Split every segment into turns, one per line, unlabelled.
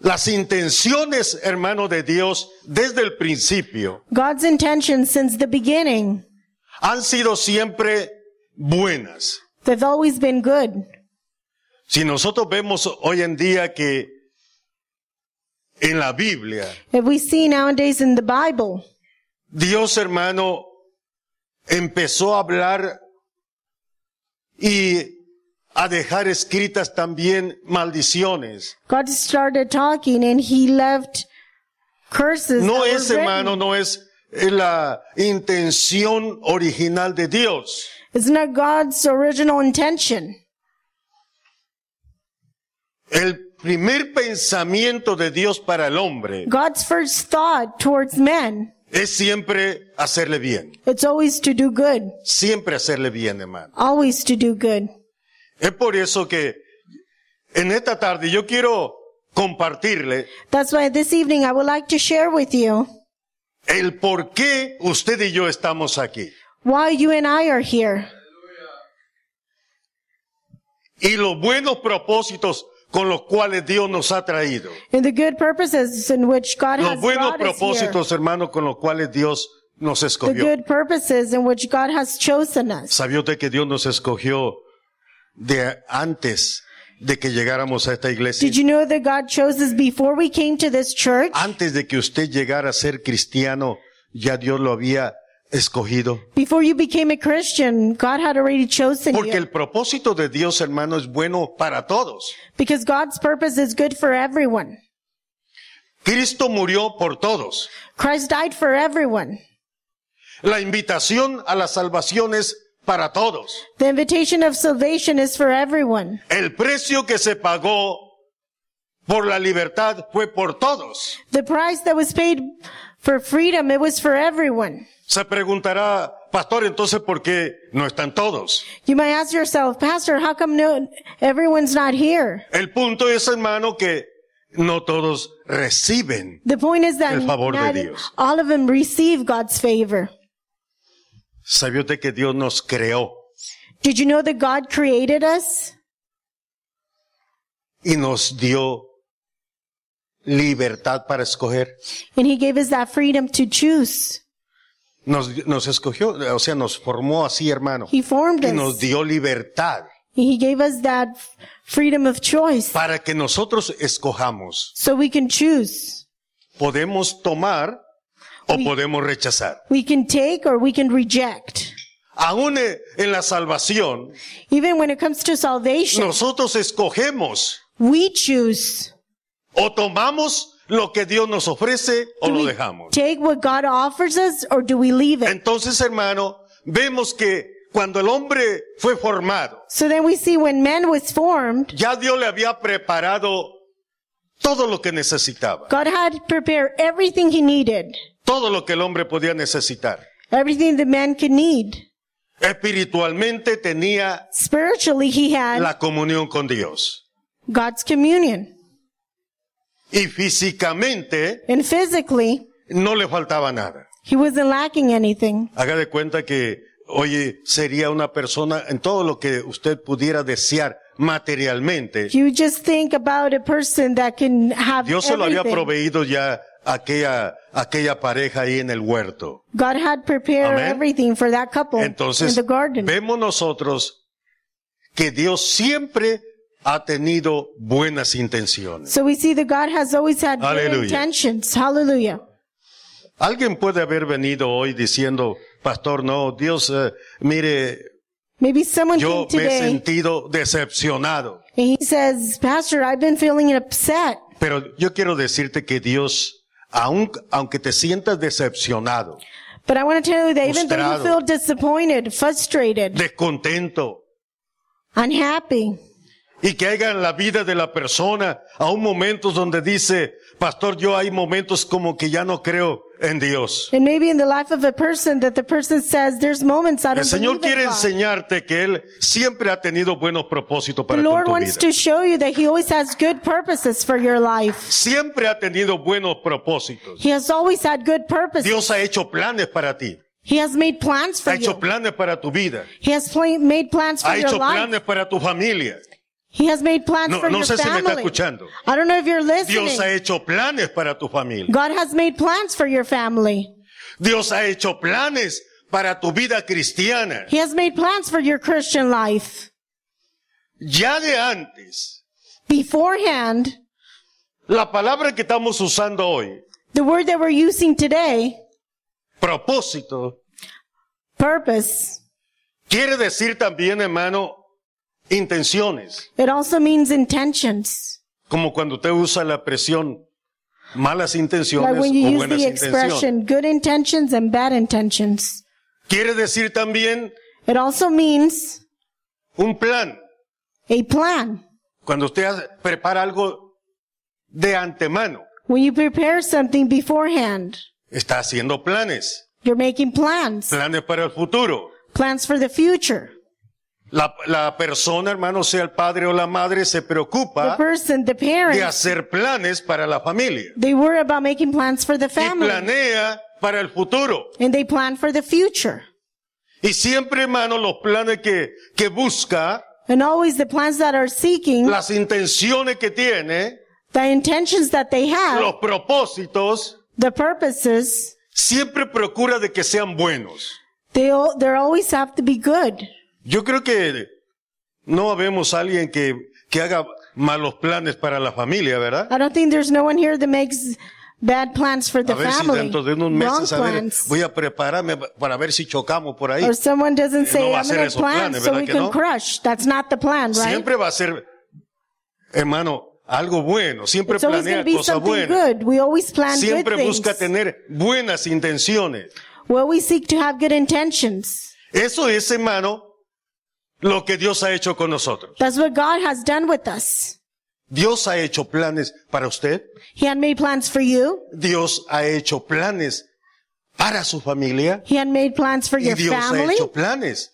Las intenciones, hermano de Dios, desde el principio
God's intentions since the beginning,
han sido siempre buenas.
they've always been good.
Si nosotros vemos hoy en día que en la Biblia,
If we see nowadays in the Bible,
Dios hermano empezó a hablar y a dejar escritas también maldiciones.
God started talking and he left curses.
No
that were
es,
written.
hermano, no es eh, la intención original de Dios.
It's not God's original intention.
El primer pensamiento de Dios para el hombre
God's first thought towards men,
es siempre hacerle bien.
it's always to do good.
Siempre hacerle bien, hermano.
Always to do good.
Es por eso que en esta tarde yo quiero compartirle
That's why this evening I would like to share with you
el por qué usted y yo estamos aquí.
why you and I are here
Y los buenos propósitos con los cuales Dios nos ha traído.
and the good purposes in which God
Los
has
buenos
brought us here.
propósitos, hermano, con los cuales Dios nos
The
escogió.
good purposes in which God has chosen us.
¿Sabía usted que Dios nos escogió de antes de que llegáramos a esta iglesia?
Did you know that God chose us before we came to this church?
Antes de que usted llegara a ser cristiano, ya Dios lo había escogido.
Before you became a Christian, God had already chosen
Porque
you.
el propósito de Dios, hermano, es bueno para todos.
Because God's purpose is good for everyone.
Cristo murió por todos.
Christ died for everyone.
La invitación a la salvación es para todos.
The invitation of salvation is for everyone.
El precio que se pagó por la libertad fue por todos.
The price that was paid for freedom, it was for everyone.
Se preguntará, pastor, entonces, ¿por qué no están todos?
You might ask yourself, Pastor, how come no, everyone's not here?
El punto es, hermano, que no todos reciben.
The point is that
El favor de
not
Dios.
all of them receive God's favor.
¿Sabió usted que Dios nos creó
Did you know that God created us
y nos dio libertad para escoger?
and He gave us that freedom to choose?
Nos, nos escogió, o sea, nos formó así, hermano.
He formed
Y nos
us.
dio libertad
He gave us that f- freedom of choice
para que nosotros escojamos.
so we can choose.
Podemos tomar o
Sí.
podemos rechazar.
We can take or we can reject.
Aún eh, en la salvación,
Even when it comes to salvation,
nosotros escogemos
we choose.
o tomamos lo que Dios nos ofrece o
Do
lo
we
dejamos.
Take what God offers us or do we leave it?
Entonces, hermano, vemos que cuando el hombre fue formado,
So then we see when man was formed,
ya Dios le había preparado todo lo que necesitaba,
God had prepared everything he needed,
todo lo que el hombre podía necesitar.
everything that man could need.
Espiritualmente tenía
Spiritually, he had
la comunión con Dios
God's communion.
y físicamente
And physically,
no le faltaba nada.
he wasn't lacking anything.
Haga de cuenta que, oye, sería una persona en todo lo que usted pudiera desear materialmente.
If you just think about a person that can have
Dios se lo había
everything,
proveído ya a aquella, a aquella pareja ahí en el huerto.
God had prepared
Amén.
everything for that couple in
Entonces,
the garden.
vemos nosotros que Dios siempre ha tenido buenas intenciones.
So we see that God has always had
Hallelujah.
good intentions. Hallelujah.
Alguien puede haber venido hoy diciendo, pastor, no, Dios, eh, mire,
Maybe someone
yo
came
me he
today
sentido decepcionado.
and he says, Pastor, I've been feeling upset.
Pero yo quiero decirte que Dios, aun, aunque te sientas decepcionado,
But I want to tell you that even though
Frustrado.
you feel disappointed, frustrated,
descontento,
unhappy,
y que haya en la vida de la persona aún momentos donde dice, pastor, yo hay momentos como que ya no creo en Dios.
and maybe in the life of a person that the person says, there's moments I
El
don't
Señor
believe in
quiere
God."
enseñarte que Él siempre ha tenido buenos propósitos
The
para con
Lord
tu
wants
vida.
to show you that he always has good purposes for your life.
Siempre ha tenido buenos propósitos.
He has always had good purposes.
Dios ha hecho planes para ti.
He has made plans for
Ha hecho
you.
planes para tu vida.
He has pla- made plans for
Ha
your
hecho
life.
planes para tu familia.
He has made plans
No,
for
no
your
sé si me está
family.
escuchando.
I don't know if you're
Dios ha
listening.
hecho planes para tu familia.
God has made plans for your family.
Dios ha hecho planes para tu vida cristiana.
He has made plans for your Christian life.
Ya de antes,
Beforehand,
la palabra que estamos usando hoy,
the word that we're using today,
propósito,
purpose,
quiere decir también, hermano, intenciones.
it also means intentions.
Como cuando usted usa la expresión malas intenciones
Like when you
o
use
buenas
the
intenciones.
expression good intentions and bad intentions.
Quiere decir también
It also means
un plan.
a plan.
Cuando usted hace- prepara algo de antemano,
When you prepare something beforehand,
está haciendo planes,
you're making plans,
planes para el futuro.
plans for the future.
La, la persona, hermano, sea el padre o la madre, se
The
preocupa
person, the
de
parent,
hacer planes para la familia.
they worry about making plans for the
Y
family
planea para el futuro.
and they plan for the future.
Y siempre, hermano, los planes que, que busca,
And always the plans that are seeking,
las intenciones que tiene,
the intentions that they have,
los propósitos,
the purposes,
siempre procura de que sean buenos.
they all, they always have to be good.
Yo creo que no habemos alguien que, que haga malos planes para la familia, ¿verdad?
I don't think there's no one here that makes bad plans for the
A ver si
family.
dentro de unos
Wrong
meses, a ver,
plans.
voy a prepararme para ver si chocamos por ahí.
Or someone doesn't say,
eh, va a
I'm
hacer
going to
esos
plan
planes,
so
¿verdad
we
que
can
no?
crush. That's not the plan, right?
Siempre va a ser, hermano, algo bueno. Siempre
it's always going
planea
to be
cosas
something
buenas.
good. We always plan
Siempre
good things.
busca tener buenas intenciones.
We always seek to have good intentions.
Eso es, hermano, lo que Dios ha hecho con nosotros.
That's what God has done with us.
Dios ha hecho planes para usted.
He had made plans for you.
Dios ha hecho planes para su familia.
He had made plans for
Y
your
Dios ha
family.
hecho planes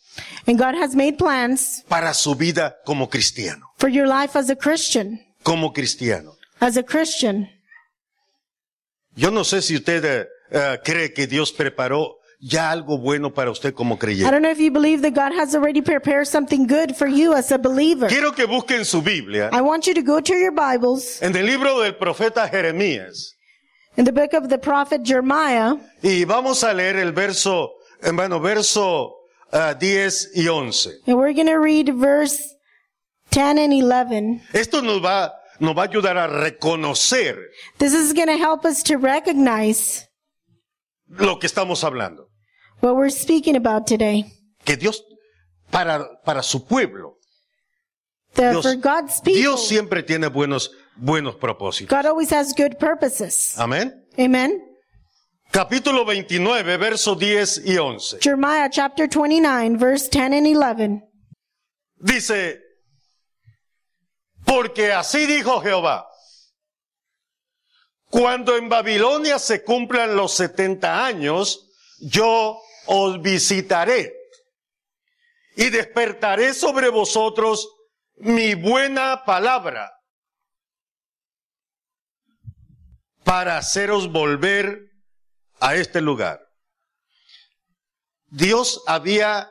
And God has made plans
para su vida como cristiano.
for your life as a Christian.
Como cristiano.
As a Christian.
Yo no sé si usted eh, eh, cree que Dios preparó ya algo bueno para usted como
I
creyente.
don't know if you believe that God has already prepared something good for you as a believer.
Quiero que busquen su Biblia.
I want you to go to your Bibles
en el libro del profeta Jeremías
in the book of the prophet Jeremiah.
y vamos a leer el verso, hermano, verso ah, 10 y 11.
And we're going to read verse 10 and 11.
Esto nos va, nos va a ayudar a reconocer
This is going to help us to recognize
lo que estamos hablando.
what we're speaking about today.
Que Dios, para, para su pueblo,
That
Dios-
for God's people,
Dios siempre tiene buenos, buenos propósitos.
God always has good purposes.
Amén.
Amen.
Capítulo 29, verso 10 y 11.
Jeremiah chapter 29, verse 10 and 11.
Dice, porque así dijo Jehová, cuando en Babilonia se cumplan los 70 años, yo os visitaré y despertaré sobre vosotros mi buena palabra para haceros volver a este lugar. Dios había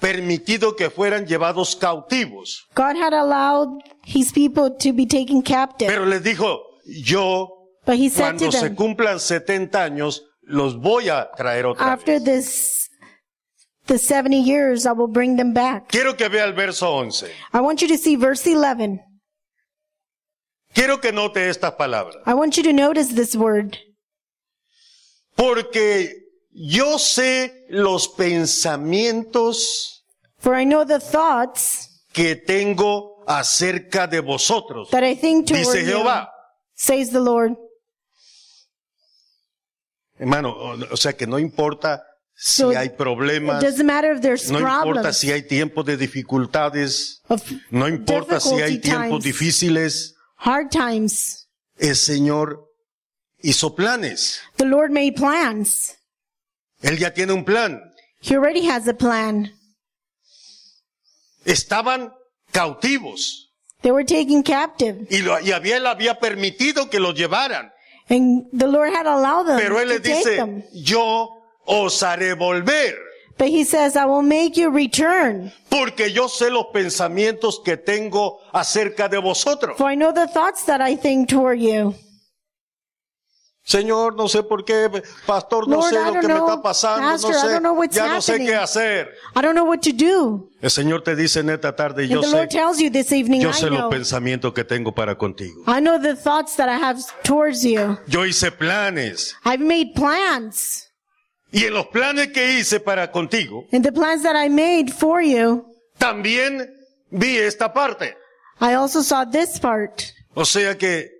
permitido que fueran llevados cautivos,
God had allowed his people to be taken captive.
pero les dijo, yo
but he said to
cuando se
them,
cumplan 70 años los voy a traer otra
after
vez.
this, the 70 years, I will bring them back.
Quiero que vea el verso 11.
I want you to see verse 11.
Quiero que note estas palabras.
I want you to notice this word.
Porque yo sé los pensamientos
For I know the thoughts
que tengo acerca de vosotros,
that I think toward
dice
you,
Jehová.
says the Lord.
Hermano, o o sea que no importa si
So,
hay
It
problemas,
doesn't matter if there's
no importa
problems.
si hay tiempos de dificultades,
of
No importa si hay
difficulty
tiempos
times,
difíciles,
hard times.
el Señor hizo planes.
The Lord made plans.
Él ya tiene un plan.
He already has a plan.
Estaban cautivos
They were taken captive,
y, lo- y había, él había permitido que los llevaran.
and the Lord had allowed them
Pero Él
to
les
take
dice,
them.
yo os haré volver.
But he says, I will make you return,
porque yo sé los pensamientos que tengo acerca de vosotros.
for I know the thoughts that I think toward you.
Señor, no sé por qué, pastor, no
Lord,
sé lo
I don't
que me
know.
está pasando,
Pastor, I don't
no
know what's
sé, ya no sé
happening.
qué hacer.
I don't know what to do.
El Señor te dice en esta tarde,
And
yo
the
sé,
Lord tells you this evening,
yo
I
sé los
know.
pensamientos que tengo para contigo.
I know the thoughts that I have towards you.
Yo hice planes
I've made plans.
y en los planes que hice para contigo,
And the plans that I made for you,
también vi esta parte.
I also saw this part.
O sea que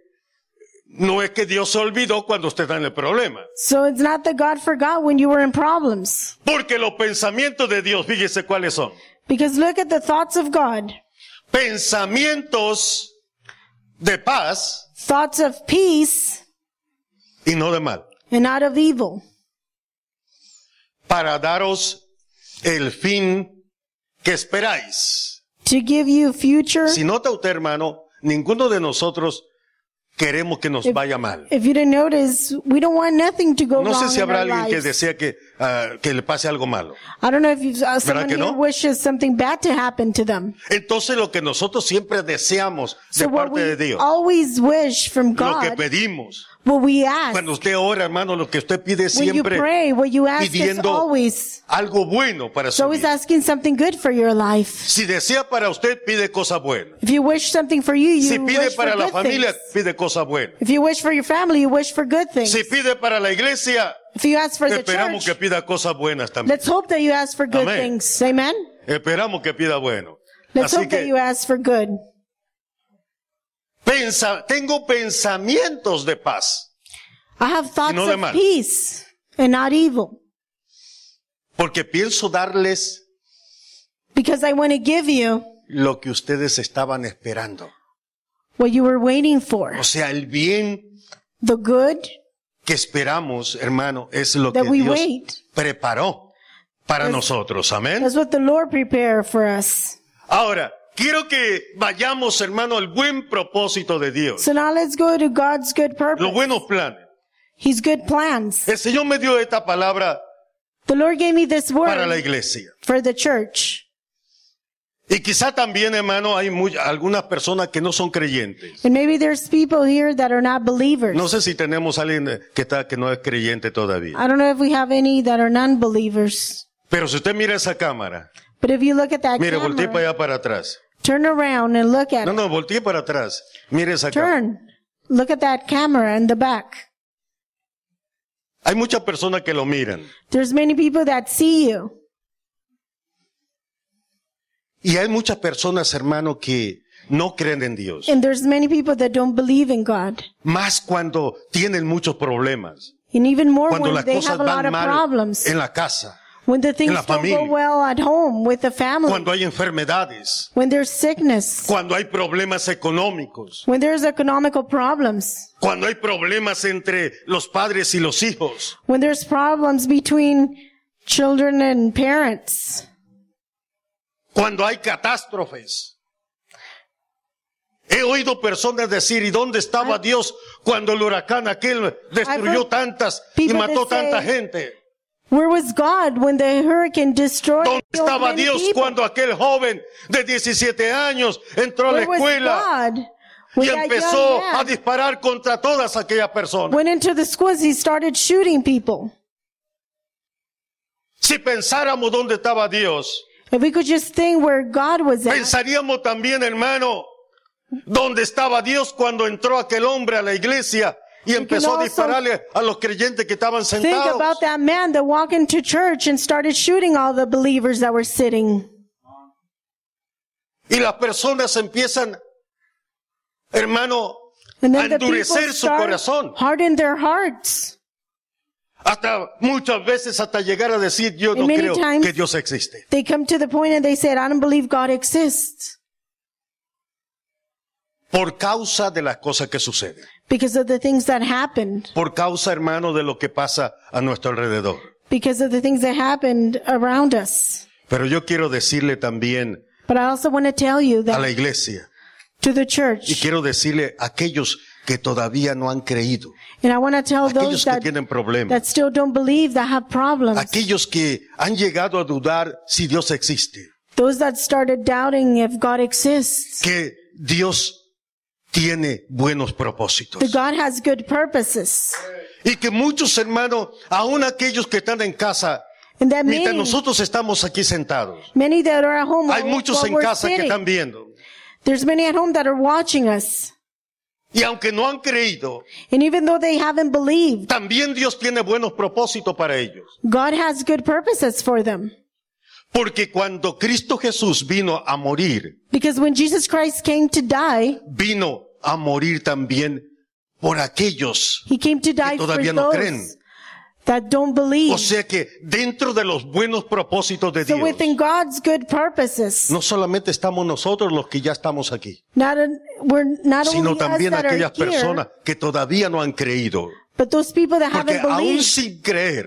no es que Dios se olvidó cuando usted está en el problema.
So it's not that God forgot when you were in problems.
Porque los pensamientos de Dios, fíjese cuáles son.
Because look at the thoughts of God.
Pensamientos de paz
Thoughts of peace
y no de mal.
and not of evil
Para daros el fin que esperáis.
to give you future.
Si nota usted, hermano, ninguno de nosotros queremos que nos vaya mal.
If you didn't notice, we don't want nothing to go
eh, No
wrong
sé si
in
habrá
our
alguien que
lives.
desea que, ah, que le pase algo malo.
I don't know if you've, uh, someone
que
here
no?
wishes something bad to happen to them.
Entonces lo que nosotros siempre deseamos de
So what
parte
we
de Dios,
always wish from
lo que
God,
pedimos,
what we ask,
cuando usted ora, hermano, lo que usted pide
when you
siempre
pray, what you ask is
pidiendo-
always.
algo bueno para
So
su
always
vida.
asking something good for your life.
Si desea para usted, pide cosas buenas.
If you wish something for you, you
Si pide
wish
para
for
la
good
familia,
things.
pide cosas buenas.
If you wish for your family, you wish for good things.
Si pide para la iglesia,
if you ask for the
esperamos
church,
que pida cosas buenas también.
let's hope that you ask for good
Amén.
things. Amen?
Esperamos que pida bueno.
Let's
Así
hope that you
que
ask for good.
pensa- tengo pensamientos de paz.
I have thoughts
no de
of
mal.
peace and not evil
Porque pienso darles
because I want to give you
lo que ustedes estaban esperando.
what you were waiting for.
O sea, el bien
The good
que esperamos, hermano, es lo que
that we
Dios
wait.
preparó para nosotros. Amén.
That's what the Lord prepared for us.
Ahora, quiero que vayamos, hermano, al buen propósito de Dios.
So now let's go to God's good
Los
purpose.
buenos planes.
His good plans.
El Señor me dio esta palabra
The Lord gave me this
para la
word
iglesia.
for the church.
Y quizá también, hermano, hay muy- algunas personas que no son creyentes.
And maybe there's people here that are not believers.
No sé si tenemos alguien eh, que está que no es creyente todavía.
I don't know if we have any that are non-believers.
Pero si usted mira esa cámara,
But if you look at that
mire, voltee
camera,
para allá para atrás.
turn around and look at
No,
it.
no, voltee para atrás. Mire esa cámara.
Turn. Look at that camera in the back.
Hay muchas personas que lo miran.
There's many people that see you.
Y hay muchas personas, hermano, que no creen en Dios.
And there's many people that don't believe in God.
Más cuando tienen muchos problemas.
And even more
Cuando
when
las
they have
cosas
a lot
van
of
mal
problems.
en la casa.
When the things
la
don't go
familia.
well at home with the family.
Cuando hay enfermedades.
when there's sickness.
Cuando hay problemas económicos.
When there's economical problems.
Cuando hay problemas entre los padres y los hijos.
When there's problems between children and parents.
Cuando hay catástrofes. He oído personas decir, ¿y dónde estaba Dios cuando el huracán aquel destruyó
heard
tantas y
people
mató
that
tanta
say,
gente?
Where was God when the hurricane destroyed
¿Dónde
killed
estaba
many
Dios
people?
cuando aquel joven de 17 años entró a la
Where was
escuela
God when
y
that
empezó
young
a
man
disparar contra todas aquellas personas?
went into the schools? He started shooting people.
Si pensáramos dónde estaba Dios,
If we could just think where God was at,
pensaríamos también, hermano, dónde estaba Dios cuando entró aquel hombre a la iglesia y empezó a
also
dispararle a los creyentes que estaban
think
sentados.
about that man that walked into church and started shooting all the believers that were sitting.
Y las personas empiezan, hermano,
And
A
then the people
endurecer su corazón.
start harden their hearts.
hasta muchas veces hasta llegar a decir, yo
And
no
many
creo
times-
que Dios existe.
They come to the point and they said, I don't believe God exists
por causa de las cosas que suceden,
because of the things that happened,
por causa, hermano, de lo que pasa a nuestro alrededor.
because of the things that happened around us.
Pero yo quiero decirle también
But I also want to tell you
a la
that
iglesia
to the
y
church,
quiero decirle a aquellos que todavía no han creído,
And I want to tell
aquellos
those
que
that,
tienen problemas,
that still don't believe, that have problems,
aquellos que han llegado a dudar si Dios existe,
those that started doubting if God exists,
que Dios tiene buenos propósitos.
that God has good purposes.
Y que muchos hermanos, aun aquellos que están en casa,
And that
mientras
many,
nosotros estamos aquí sentados,
many that are at home,
hay
while-
muchos
while
en
we're
casa que
sitting.
están viendo.
there's many at home that are watching us.
Y aunque no han creído,
And even though they haven't believed,
también Dios tiene buenos propósitos para ellos.
God has good purposes for them.
Porque cuando Cristo Jesús vino a morir,
Because when Jesus Christ came to die,
vino a morir también por aquellos.
he came to die for
todavía no
those
creen.
that don't believe.
O sea que dentro de los buenos propósitos de
so
Dios,
within God's good purposes,
no solamente estamos nosotros los que ya estamos aquí,
not an- we're not
sino
only us
también
that are
aquellas
here,
personas que todavía no han creído.
but those people that
Porque
haven't
aún
believed.
sin creer,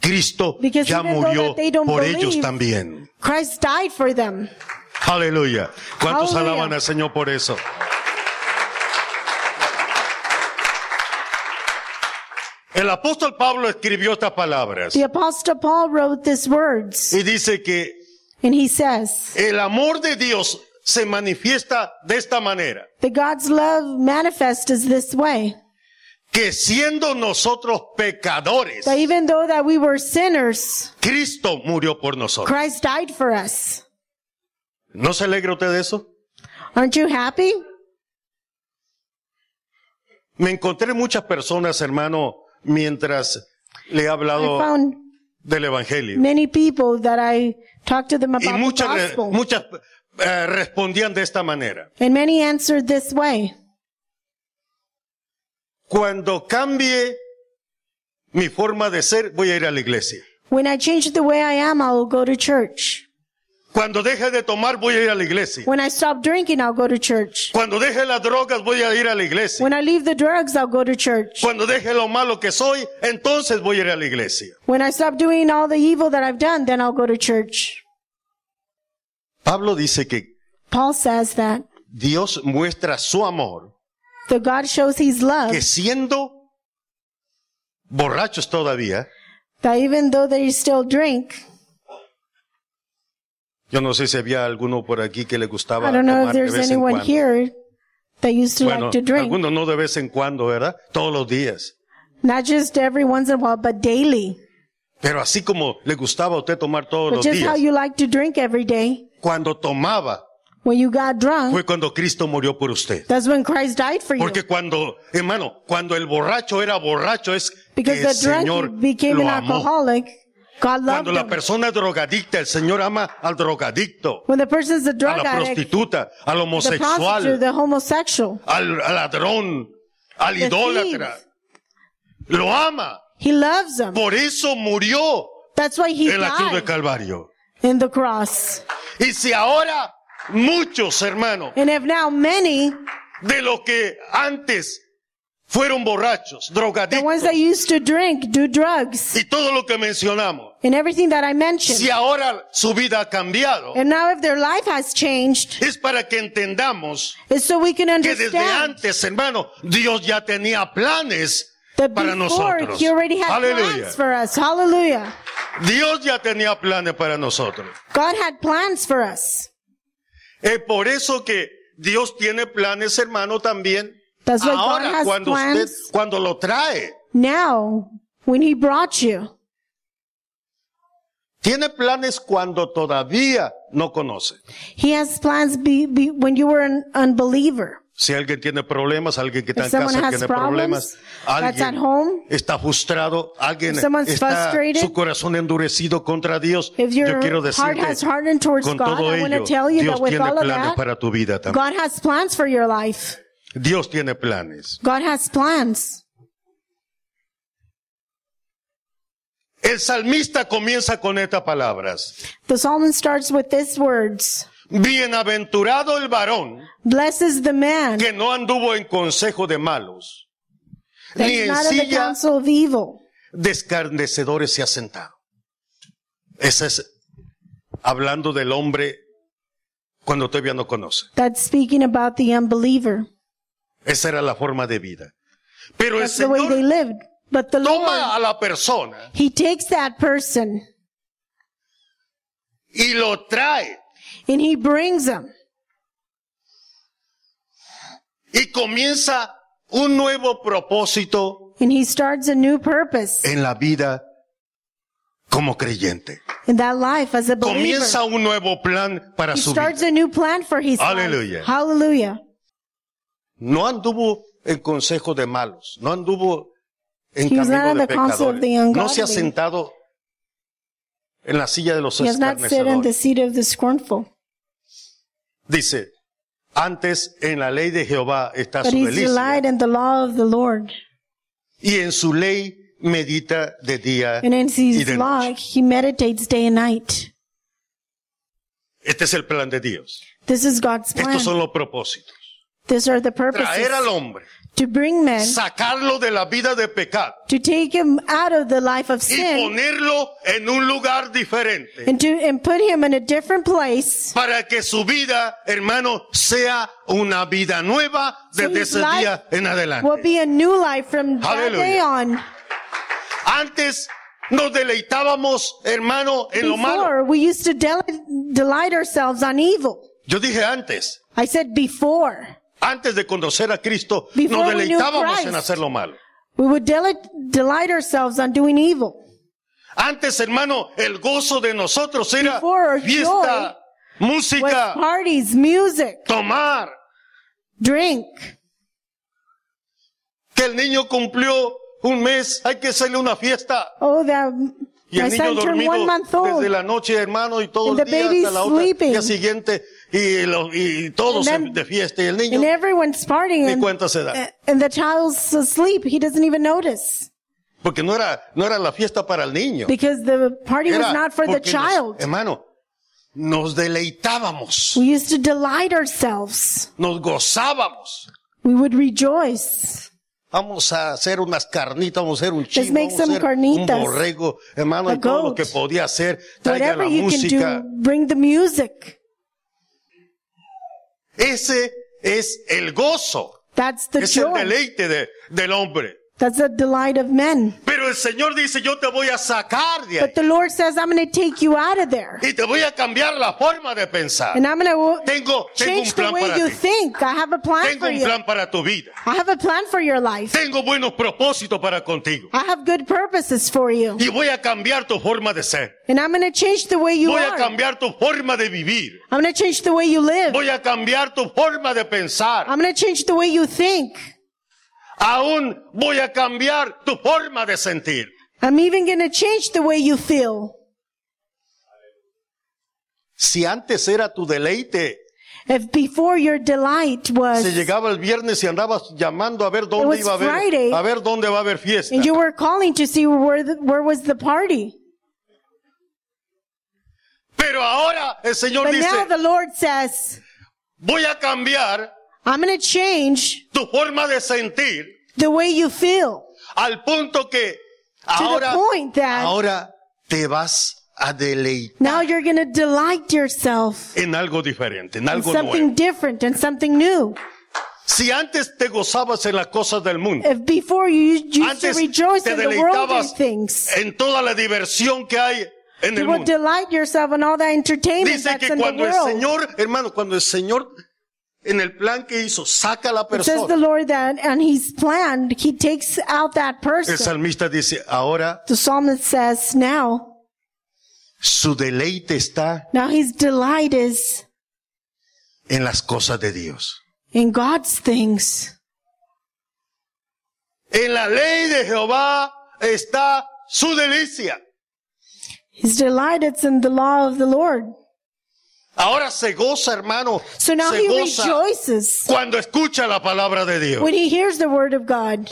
Cristo
Because
ya
even though
murió
that they don't
por
believe,
ellos también.
Christ died for them.
Aleluya. ¿Cuántos
Aleluya.
alaban al Señor por eso? El apóstol Pablo escribió estas palabras
The apostle Paul wrote these words,
y dice que
and he says
el amor de Dios se manifiesta de esta manera,
that God's love manifest is this way:
que siendo nosotros pecadores,
that even though that we were sinners,
Cristo murió por nosotros.
Christ died for us.
¿No se alegra usted de eso?
Aren't you happy?
Me encontré muchas personas, hermano, mientras le he
I
hablado
found
del Evangelio.
many people that I talked to them
Y
about the
muchas, re-
gospel,
muchas eh, respondían de esta manera.
and many answered this way:
Cuando cambie mi forma de ser, voy a ir a la iglesia.
When I change the way I am, I will go to church.
Cuando deje de tomar, voy a ir a la iglesia.
When I stop drinking, I'll go to church.
Cuando deje las drogas, voy a ir a la iglesia.
When I leave the drugs, I'll go to church.
Cuando deje lo malo que soy, entonces voy a ir a la iglesia.
When I stop doing all the evil that I've done, then I'll go to church.
Pablo dice que
Paul says that
Dios muestra su amor,
the God shows his love,
que siendo borrachos todavía,
that even though they still drink,
Yo no sé si había alguno por aquí que le gustaba
I don't know
tomar
if
de
there's
vez en
anyone
cuando.
here that used to
bueno,
like to drink.
algunos no de vez en cuando, ¿verdad? Todos los días.
Not just every once in a while, but daily.
Pero así como le gustaba a usted tomar todos
But
los
just how
días,
you like to drink every day.
cuando tomaba
When you got drunk,
fue cuando Cristo murió por usted.
that's when Christ died for you.
Porque cuando, hermano, cuando el borracho era borracho es
Because
que el
the
Señor
drunk became an
lo amó.
alcoholic. God loved
Cuando la
him.
persona es drogadicta, el Señor ama al drogadicto,
When the person's a
a
drug
la
addict,
prostituta, al
the prostitute,
homosexual,
the homosexual,
al al ladrón, al
The
idólatra. Lo ama.
he loves them.
Por eso murió
That's why he
en la cruz de
died
Calvario.
in the cross.
Y si ahora muchos hermanos
And if now many,
de los que antes fueron borrachos,
the
drogadictos
ones that used to drink, do drugs,
y todo lo que mencionamos,
and everything that I mentioned,
si ahora su vida ha cambiado,
and now if their life has changed,
es para que entendamos
it's so we can
que desde
understand
antes, hermano, Dios ya tenía planes
that
para
before
nosotros.
he already had
Aleluya.
plans for us. Hallelujah.
Dios ya tenía planes para nosotros.
God had plans for us.
Es por eso que Dios tiene planes, hermano, también.
That's why God
Ahora,
has
cuando usted,
plans.
cuando lo trae,
Now, when he brought you,
tiene planes cuando todavía no conoce.
He has plans be, be, when you were an unbeliever.
Si alguien tiene problemas, alguien que está
If
en
someone
casa
has
tiene
problems,
problemas,
that's at
alguien
home.
está frustrado, alguien
If someone's
está
frustrated,
su corazón endurecido contra Dios.
If
Yo
your
quiero
heart
decirte,
has hardened towards
con
God,
todo
I want to
ello,
tell you
Dios
that with
tiene
all of
planes
that,
para tu vida también.
God has plans for your life.
Dios tiene planes.
God has plans.
El salmista comienza con estas palabras.
The psalmist starts with these words.
Bienaventurado el varón
Blesses the man
que no anduvo en consejo de malos,
that
ni
is
en
not in the
silla
counsel of evil,
de escarnecedores se ha sentado. Ese es hablando del hombre cuando todavía no conoce.
that's speaking about the unbeliever.
Esa era la forma de vida. Pero el
That's the way they
Señor
lived. But the Lord,
toma a la persona
He takes that person
y lo trae
and He brings them.
y comienza un nuevo propósito
And He starts a new purpose
en la vida como creyente.
in that life as a believer.
Eh, Comienza un nuevo plan para
He
su vida.
starts a new plan for His life.
Hallelujah.
Hallelujah.
No anduvo en consejo de malos, no anduvo en
He was not
camino
in
de
the counsel of the
pecadores, no se ha
ungodly.
sentado en la silla de los
He has not sat in the
escarnecedores.
seat of the scornful,
Dice, antes en la ley de Jehová está
but
su
He's
delicia
delighted in the law of the Lord.
y en su ley medita de día
And in
y
His
de
law,
noche.
He meditates day and night.
Este es el plan de Dios.
This is God's plan.
Estos son los propósitos.
These are the purposes.
Traer al hombre,
To bring men,
sacarlo de la vida de pecado
to take him out of the life of
y
sin,
ponerlo en un lugar diferente
and to, and put him in a different place.
para que su vida, hermano, sea una vida nueva
So
desde
his
ese
life
día en
Will
adelante.
be a new life from that
Ah. Hallelujah.
day on.
Antes nos deleitábamos, hermano, en lo malo.
Before, we used to del- delight ourselves on evil.
Yo dije antes,
I said before.
antes de conocer a Cristo,
Before
nos
we knew
deleitábamos
Christ.
en hacer lo malo.
We would deli- delight ourselves on doing evil.
Antes, hermano, el gozo de nosotros era
Before our
fiesta,
With
música,
parties, music,
tomar.
drink.
Que el niño cumplió un mes, hay que hacerle una fiesta.
Oh, that
Y
my
el niño
son turned one
dormido
month old.
desde la noche, hermano, y todo
And
el
the
día
baby's
hasta la otra,
sleeping.
día siguiente, y, lo- y todos
And then-
de fiesta, y el
and
niño
everyone's partying.
ni
and-
cuenta se da.
and the child's asleep. He doesn't even notice
Porque no era, no era la fiesta para el niño.
because the party
Era
was not for the
porque nos-
child.
hermano, nos deleitábamos,
We used to delight ourselves.
nos gozábamos.
We would rejoice.
Vamos a hacer unas carnitas, vamos a hacer un chivo,
make
vamos a
some
hacer
carnitas.
un borrego, hermano,
A
y todo lo
goat.
que podía hacer, traiga
Whatever
la
you can
música.
do, bring the music.
Ese es el gozo,
That's the
es el
joy.
deleite de- del hombre.
That's the delight of men.
Pero el Señor dice, yo te voy a sacar de ahí
But the Lord says, I'm going to take you out of there
y te voy a cambiar la forma de pensar.
and I'm going to
Tengo, tengo un
change the
plan
way
para
you
ti.
think. I have a plan
Tengo
for
un
you.
plan para tu vida.
I have a plan for your life.
Tengo buenos propósitos para contigo.
I have good purposes for you.
Y voy a cambiar tu forma de ser.
And I'm going to change the way you
Voy a
are. I'm
cambiar tu forma de vivir.
going to change the way you live.
Voy a cambiar tu forma de pensar.
I'm going to change the way you think.
Aún voy a cambiar tu forma de sentir.
I'm even going to change the way you feel.
Si antes era tu deleite,
If before your delight
se
was,
llegaba el viernes y andabas llamando a ver
It
dónde
was
iba a haber,
Friday.
a ver dónde va a haber fiesta.
and you were calling to see where the, where was the party,
Pero ahora el Señor
but
dice,
now the Lord says,
voy a cambiar
"I'm going to change
tu forma de sentir
the way you feel
al punto que
to
ahora,
the point that
ahora te vas a deleitar
now you're going to delight yourself
en algo diferente, en
in
algo
something
nuevo.
different and something new.
Si antes te gozabas en las cosas del mundo,
If before you used to
antes
rejoice
te
in the worldly
deleitabas
things,
en toda la diversión que hay en el
you will
mundo.
delight yourself in all that entertainment
Dice
that's
que
in the
cuando el
world."
Señor, hermano, cuando el Señor en el plan que hizo saca a la
It says the
persona,
Lord that, and He's planned, He takes out that
el
person.
salmista dice, ahora
The psalmist says, now,
su deleite está
now His delight is
en las cosas de Dios.
in God's things.
En la ley de Jehová está su delicia.
His delight is in the law of the Lord.
Ahora se goza, hermano.
So now
se
He
goza
rejoices
cuando escucha la palabra de Dios.
when He hears the word of God.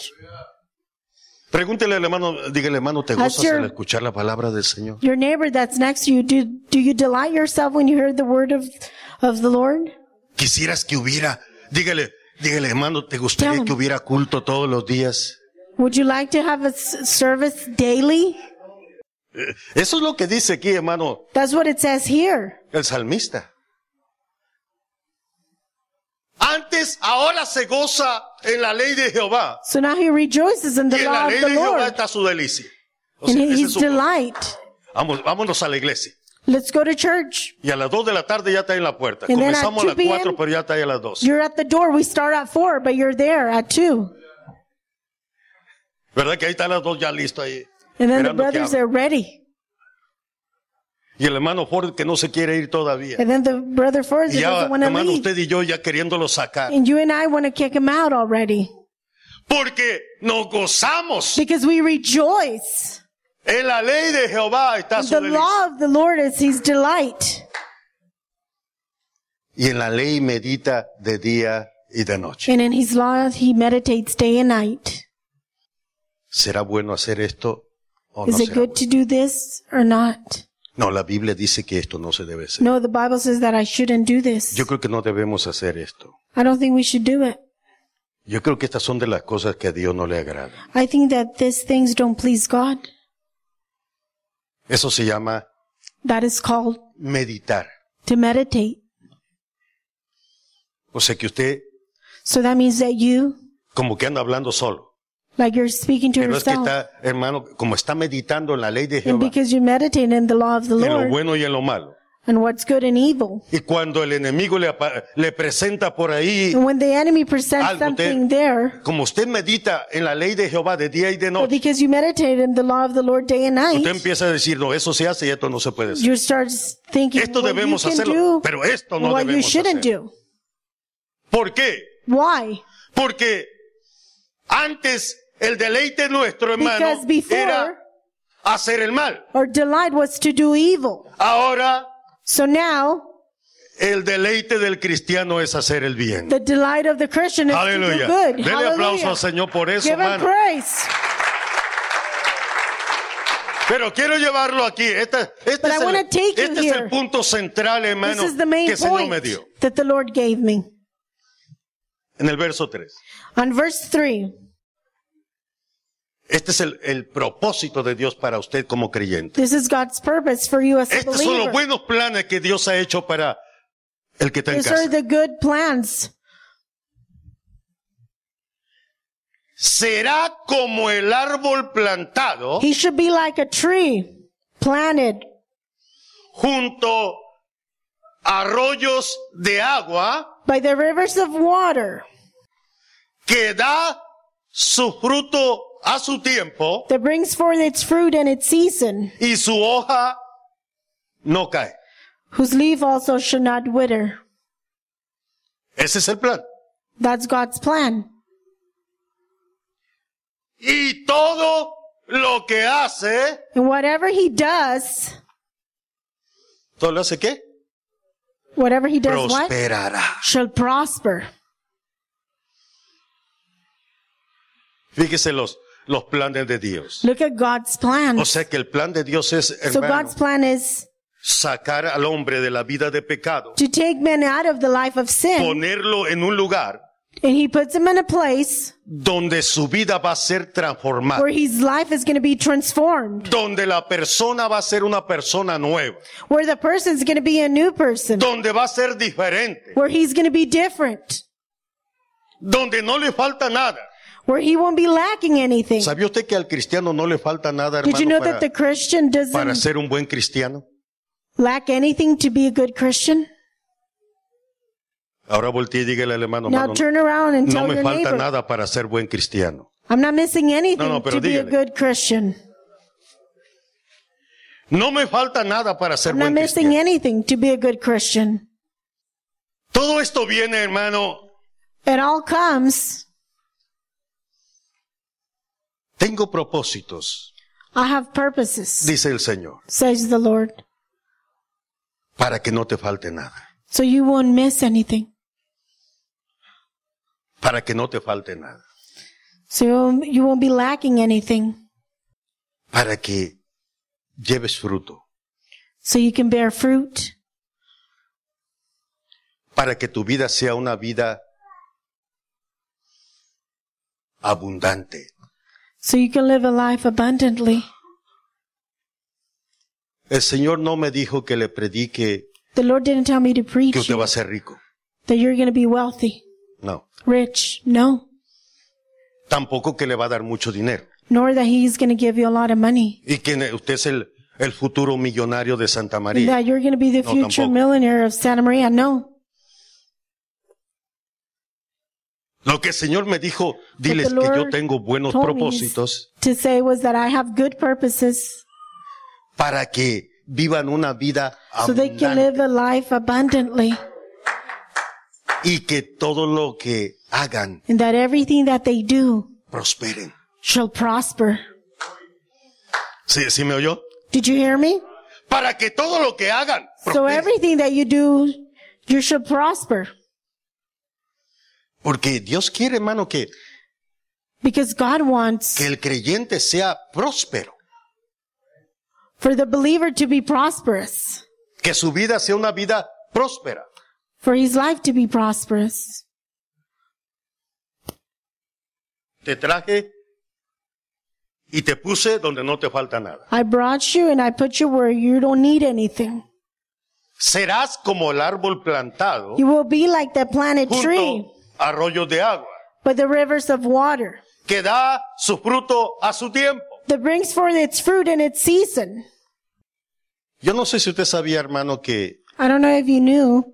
Pregúntele al hermano, dígale, hermano, ¿te
Has
gozas
your-
al escuchar la palabra del Señor?
Your neighbor that's next to you, do, do you delight yourself when you hear the word of, of the Lord?
Quisieras que hubiera, dígale, dígale, hermano, ¿te
Tell
gustaría
him.
que hubiera culto todos los días?
Would you like to have a s- service daily?
Eh, Eso es lo que dice aquí, hermano,
That's what it says here.
el salmista. Antes, ahora se goza en la ley de Jehová.
So now he rejoices in
Y
the
en la
law
ley
of the
de Jehová
Lord.
está su delicia. O
And
sea, ese es
his
su-
delight.
Vamos, vámonos a la iglesia.
Let's go to church.
Y a las 2 de la tarde ya está en la puerta.
And then at
Comenzamos a las
2 p.m.,
4, pero ya está ahí a las 2.
You're at the door. We start at four, but you're there at two.
¿Verdad que ahí está a las 2 ya listo ahí?
And then the
Esperando que
brothers
abra.
are ready.
Y el hermano Ford que no se quiere ir todavía.
And then the brother Forza
Y ya,
doesn't want to
hermano,
leave.
usted y yo ya queriéndolo sacar.
And you and I want to kick him out already.
Porque nos gozamos.
Because we rejoice.
En la ley de Jehová está su
The
delicia.
law of the Lord is his delight.
Y en la ley medita de día y de noche.
And in his law he meditates day and night.
¿Será bueno hacer esto o Oh, no?
Is it
será
good
bueno?
to do this or not?
No, la Biblia dice que esto no se debe hacer.
No, the Bible says that I shouldn't do this.
Yo creo que no debemos hacer esto.
I don't think we should do it.
Yo creo que estas son de las cosas que a Dios no le agradan.
I think that these things don't please God.
Eso se llama
That is called
meditar.
to meditate.
O sea que usted
So that means that you,
como que anda hablando solo.
like you're speaking to
Pero es que
yourself.
está, hermano, como está meditando en la ley de
And
Jehová,
because you meditate in the law of the
en lo
Lord
bueno y en lo malo.
and what's good and evil.
Y cuando el enemigo le, apa- le presenta por ahí,
And when the enemy presents
Algo
something there,
como usted medita en la ley de Jehová de día y de
but
noche,
because you meditate in the law of the Lord day and
usted
night,
empieza a decir, no, eso se hace y esto no se puede hacer.
you start thinking
Esto
what you
debemos
can
hacerlo,
do,
pero esto no
what you
debemos
shouldn't
hacer.
do.
¿Por qué?
Why?
Porque antes el deleite nuestro, hermano,
Because before
era hacer el mal.
our delight was to do evil.
Ahora
So now
el deleite del cristiano es hacer el bien.
the delight of the Christian is to do
Aleluya.
good.
Dele aplauso al
Hallelujah.
Señor por eso,
Give him
hermano.
praise.
Pero quiero llevarlo aquí. Esta- este
But
es
I wanna
el,
take you
este es el
here.
punto central, hermano,
This is the main
que el Señor me
point
dio.
that the Lord gave me.
En el verso 3.
On verse 3,
Este es el, el propósito de Dios para usted como creyente.
this is God's purpose for you as a
Estos son los
believer.
buenos planes que Dios ha hecho para el que está en
These are
casa.
the good plans.
Será como el árbol plantado
He should be like a tree planted
junto a arroyos de agua
by the rivers of water
que da su fruto a su tiempo
that brings forth its fruit in its season,
y su hoja no cae.
whose leaf also should not wither.
Ese es el plan.
That's God's plan.
Y todo lo que hace,
And whatever he does,
¿todo lo hace qué?
whatever he does, what?
Prosperará.
Shall prosper.
Fíjese los, los planes de Dios.
Look at God's plan.
O sea que el plan de Dios es,
So
hermano,
God's plan is
sacar al hombre de la vida de pecado,
to take man out of the life of sin,
ponerlo en un lugar
and he puts him in a place
donde su vida va a ser transformada,
where his life is going to be transformed,
donde la persona va a ser una persona nueva,
where the person's going to be a new person,
donde va a ser diferente,
where he's going to be different,
donde no le falta nada.
where he won't be lacking anything.
¿Sabía usted que al cristiano no le falta nada,
Did you know
hermano,
that the
para,
Christian
para
doesn't
ser un buen cristiano?
lack anything to be a good Christian?
Ahora volteé y dígale al hermano,
Now
"Mano,
turn around and
no
tell
me
your
falta
neighbor,
nada para ser buen cristiano.
I'm not missing anything
No, no, pero
to be a
dígale.
good Christian.
No me falta nada para ser
I'm not
buen
missing
cristiano.
anything to be a good Christian.
Todo esto viene, hermano.
It all comes,
Tengo propósitos,
I have purposes,
dice el Señor,
says the Lord.
para que no te falte nada,
So you won't miss anything.
para que no te falte nada,
So you won't- you won't be lacking anything.
para que lleves fruto,
So you can bear fruit.
para que tu vida sea una vida abundante.
So you can live a life abundantly.
El Señor no me dijo que le predique
The Lord didn't tell me to preach
que usted
you
va a ser rico.
that you're going to be wealthy.
No.
Rich, no.
Tampoco que le va a dar mucho dinero.
Nor that he's going to give you a lot of money.
Y que ne- usted es el, el futuro millonario de Santa María.
That you're going to be the
No,
future
tampoco.
millionaire of Santa Maria. No.
Lo que el Señor me dijo, diles
But the
que yo
Lord
tengo buenos
told me
propósitos
to say was that I have good purposes
para que vivan una vida
so they can
abundante
live a life abundantly
y que todo lo que hagan
and that everything that they do
prosperen.
shall prosper.
¿Sí, sí me oyó?
Did you hear me?
Para que todo lo que hagan
So
prospere.
everything that you do, you shall prosper
Porque Dios quiere, hermano, que,
because God wants
que el creyente sea próspero.
for the believer to be prosperous,
Que su vida sea una vida próspera.
for his life to be prosperous.
Te traje y te puse donde no te falta nada.
I brought you and I put you where you don't need anything.
Serás como el árbol plantado
You will be like that planted tree,
junto a arroyos de agua,
but the rivers of water
que da su fruto a su tiempo.
that brings forth its fruit in its season.
Yo no sé si usted sabía, hermano, que
I don't know if you knew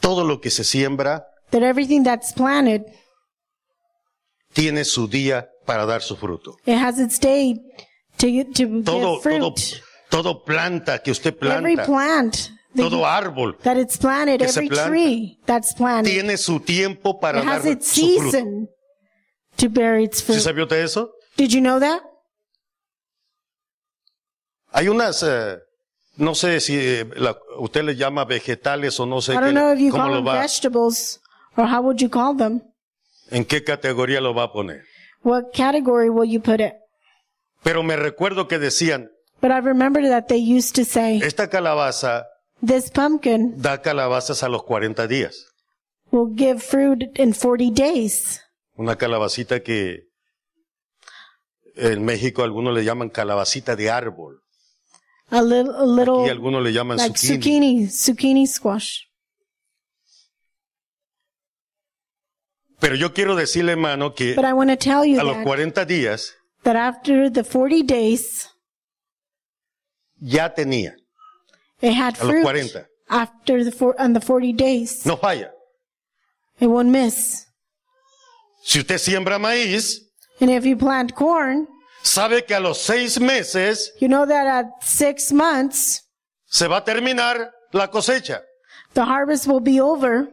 todo lo que se siembra
that everything that's planted,
tiene su día para dar su fruto.
it has its day to to
Todo,
give fruit.
todo, todo planta que usted
every
planta,
plant that,
todo árbol,
that it's planted,
que se
every
planta,
tree that's planted,
tiene su tiempo para
it
dar
has its
su fruto.
season to bear its
¿Sí
fruit.
sabía usted eso?
Did you know that?
Hay unas, eh, no sé si eh, la- usted les llama vegetales o no sé
I don't
qué-
know if you
cómo
call
lo
them
va,
vegetables or how would you call them?
en qué categoría lo va a poner.
What category will you put it?
Pero me recuerdo que decían,
But I remember that they used to say,
esta calabaza
this pumpkin
da calabazas a los 40 días.
will give fruit in 40 days.
Una calabacita que en México algunos le llaman calabacita de árbol
A little, a
y
little
algunos le llaman
Oh, like
zucchini.
zucchini, zucchini squash.
Pero yo quiero decirle, hermano, que
But I want to tell you
Eh, a los
that,
40 días
that after the 40 days,
ya tenía.
it had
A los
fruit.
40.
After the four, on the 40 days,
No falla.
it won't miss.
Si usted siembra maíz,
And if you plant corn,
sabe que a los seis meses
you know that at six months,
se va a terminar la cosecha.
the harvest will be over.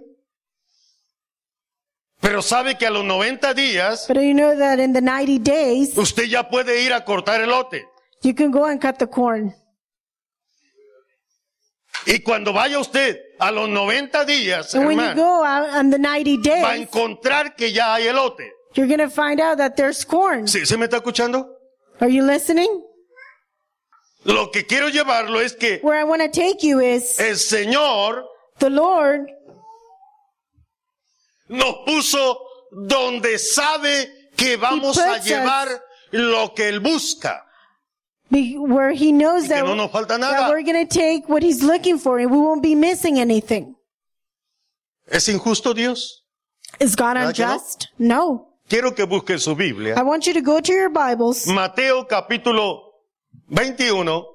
Pero sabe que a los 90 días
But you know that in the 90 days,
usted ya puede ir a cortar el lote.
you can go and cut the corn.
Y cuando vaya usted a los 90 días,
And when you
hermano,
go out on the 90
va a
days,
encontrar que ya hay elote.
you're going to find out that there's corn.
¿Sí, ¿Sí me está escuchando?
Are you listening?
Lo que quiero llevarlo es que
Where I want to take you is
el Señor
the Lord
nos puso donde sabe que vamos a
puts us-
llevar lo que Él busca.
be, where he knows
Y que
that,
no nos falta
that
nada.
we're going to take what he's looking for and we won't be missing anything.
¿Es injusto Dios?
Is God
¿Verdad que no?
unjust? No.
Quiero que busquen su Biblia.
I want you to go to your
Mm.
Bibles,
Mateo capítulo 21,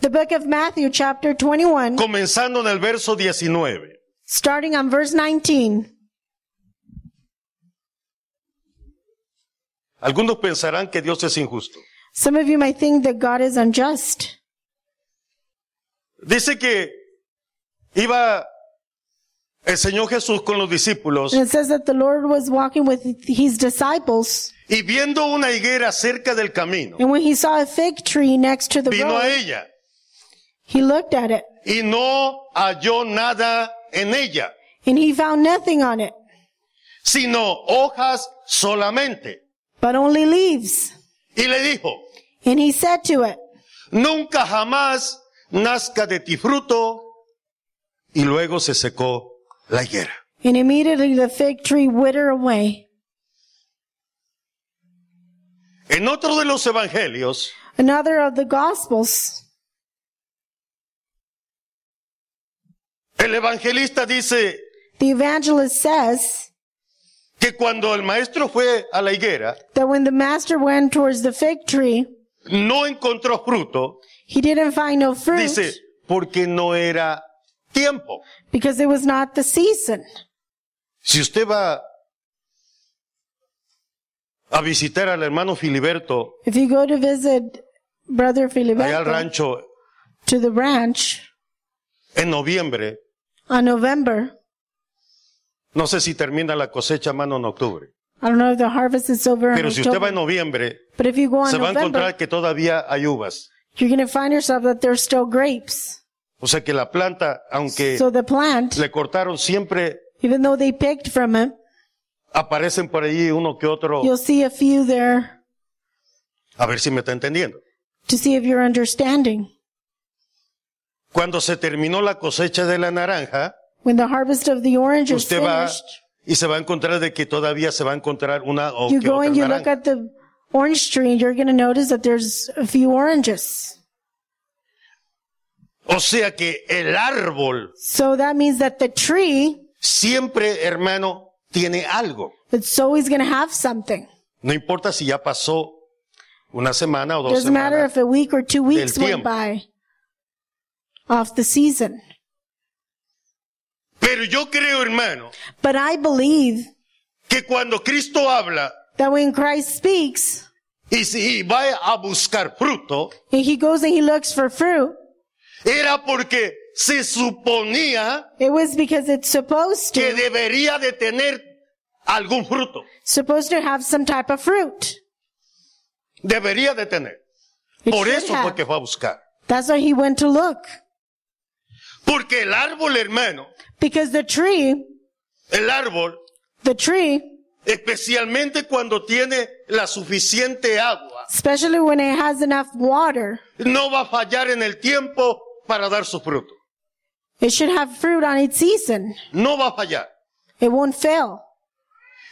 the book of Matthew chapter 21,
comenzando en el verso 19.
starting on verse 19.
Algunos pensarán que Dios es injusto.
Some of you might think that God is unjust.
Dice que iba el Señor Jesús con los discípulos
And it says that the Lord was walking with his disciples
y viendo una higuera cerca del camino,
and when he saw a fig tree next to the
vino a
road,
ella
he looked at it
y no halló nada en ella,
and he found nothing on it,
sino hojas solamente.
but only leaves.
Y le dijo,
And he said to it,
nunca jamás nazca de ti fruto. Y luego se secó la higuera.
and immediately the fig tree withered away.
En otro de los evangelios,
Another of the gospels,
el evangelista dice,
the evangelist says
que cuando el maestro fue a la higuera,
that when the master went towards the fig tree,
no encontró fruto,
he didn't find no fruit
dice, porque no era tiempo.
because it was not the season.
Si usted va a visitar al hermano Filiberto
If you go to visit Brother
allá al
Filiberto
rancho
to the ranch
en noviembre,
on November,
no sé si termina la cosecha mano en octubre,
I don't know if the harvest is over in
pero si usted va en
October,
noviembre,
but if you go on
se va a
November,
encontrar que todavía hay uvas.
you're going to find yourself that there's still grapes.
O sea que la planta, aunque
So the plant,
le cortaron siempre,
even though they picked from it,
aparecen por ahí uno que otro.
you'll see a few there
A ver si me está entendiendo.
to see if you're understanding.
Cuando se terminó la cosecha de la naranja,
When the harvest of the orange is
usted va
finished,
y se va a encontrar de que todavía se va a encontrar una o
you
que
go
otra
and you look
naranja.
at the orange tree and you're going to notice that there's a few oranges.
O sea que el árbol
So that means that the tree,
siempre, hermano, tiene algo.
it's always going to have something.
No importa si ya pasó una semana o dos
Doesn't matter
semanas.
if a week or two weeks
tiempo.
went by off the season.
Pero yo creo, hermano,
But I believe
que cuando Cristo habla
that when Christ speaks
y si va a buscar fruto,
and he goes and he looks for fruit,
era porque se suponía
it was because it's supposed
que
to,
debería de tener algún fruto.
supposed to have some type of fruit.
Debería de tener.
It
Por
should
eso
have.
fue que fue a buscar.
That's why he went to look.
Porque el árbol, hermano,
Because the tree,
el árbol,
the tree,
especialmente cuando tiene la suficiente agua,
especially when it has enough water,
no va a fallar en el tiempo para dar su fruto.
it should have fruit on its season.
No va a fallar.
It won't fail.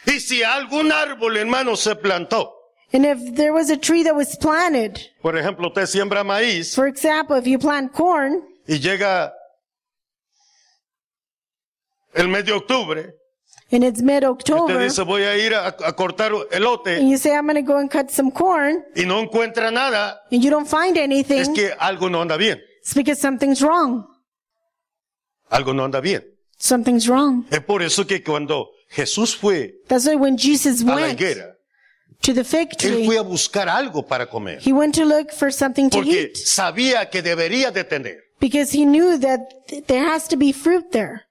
Y si algún árbol, hermano, se plantó,
And if there was a tree that was planted,
por ejemplo, usted siembra maíz
for example, if you plant corn
y llega el mes de octubre,
and it's
usted
mid-October
dice voy a ir a, a cortar
and
elote
you say, I'm going to go and cut some corn
y no encuentra nada,
and you don't find anything,
es que algo no anda bien.
it's because something's wrong.
Algo no anda bien.
Something's wrong.
Es por eso que cuando Jesús fue
That's why when Jesus
a la
went
higuera,
to the fig
él fue
tree,
a buscar algo para comer,
he went to look for something to
porque
eat
sabía que debería de tener.
because he knew that th- there has to be fruit there.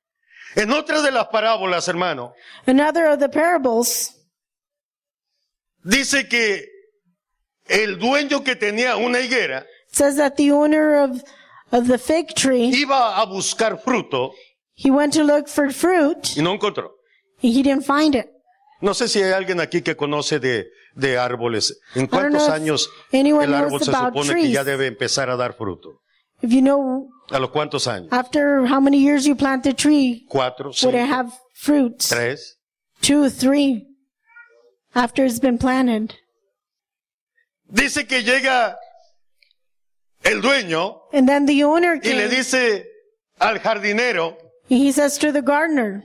En otra de las parábolas, hermano,
Another of the parables,
dice que el dueño que tenía una higuera
says that the owner of of the fig tree
iba a buscar fruto
he went to look for fruit
y no encontró.
and he didn't find it
No sé si hay alguien aquí que conoce de, de árboles. ¿En
don't
cuántos
know if
años
anyone
el árbol
knows
se
about
supone que ya
trees.
debe empezar a dar fruto?
if you know
¿A los cuántos años?
after how many years you plant the tree
¿Cuatro,
would it
cinco,
have fruits
tres?
two three after it's been planted
Dice que llega el dueño
and then the owner
y le
came,
dice al jardinero,
and he says to the gardener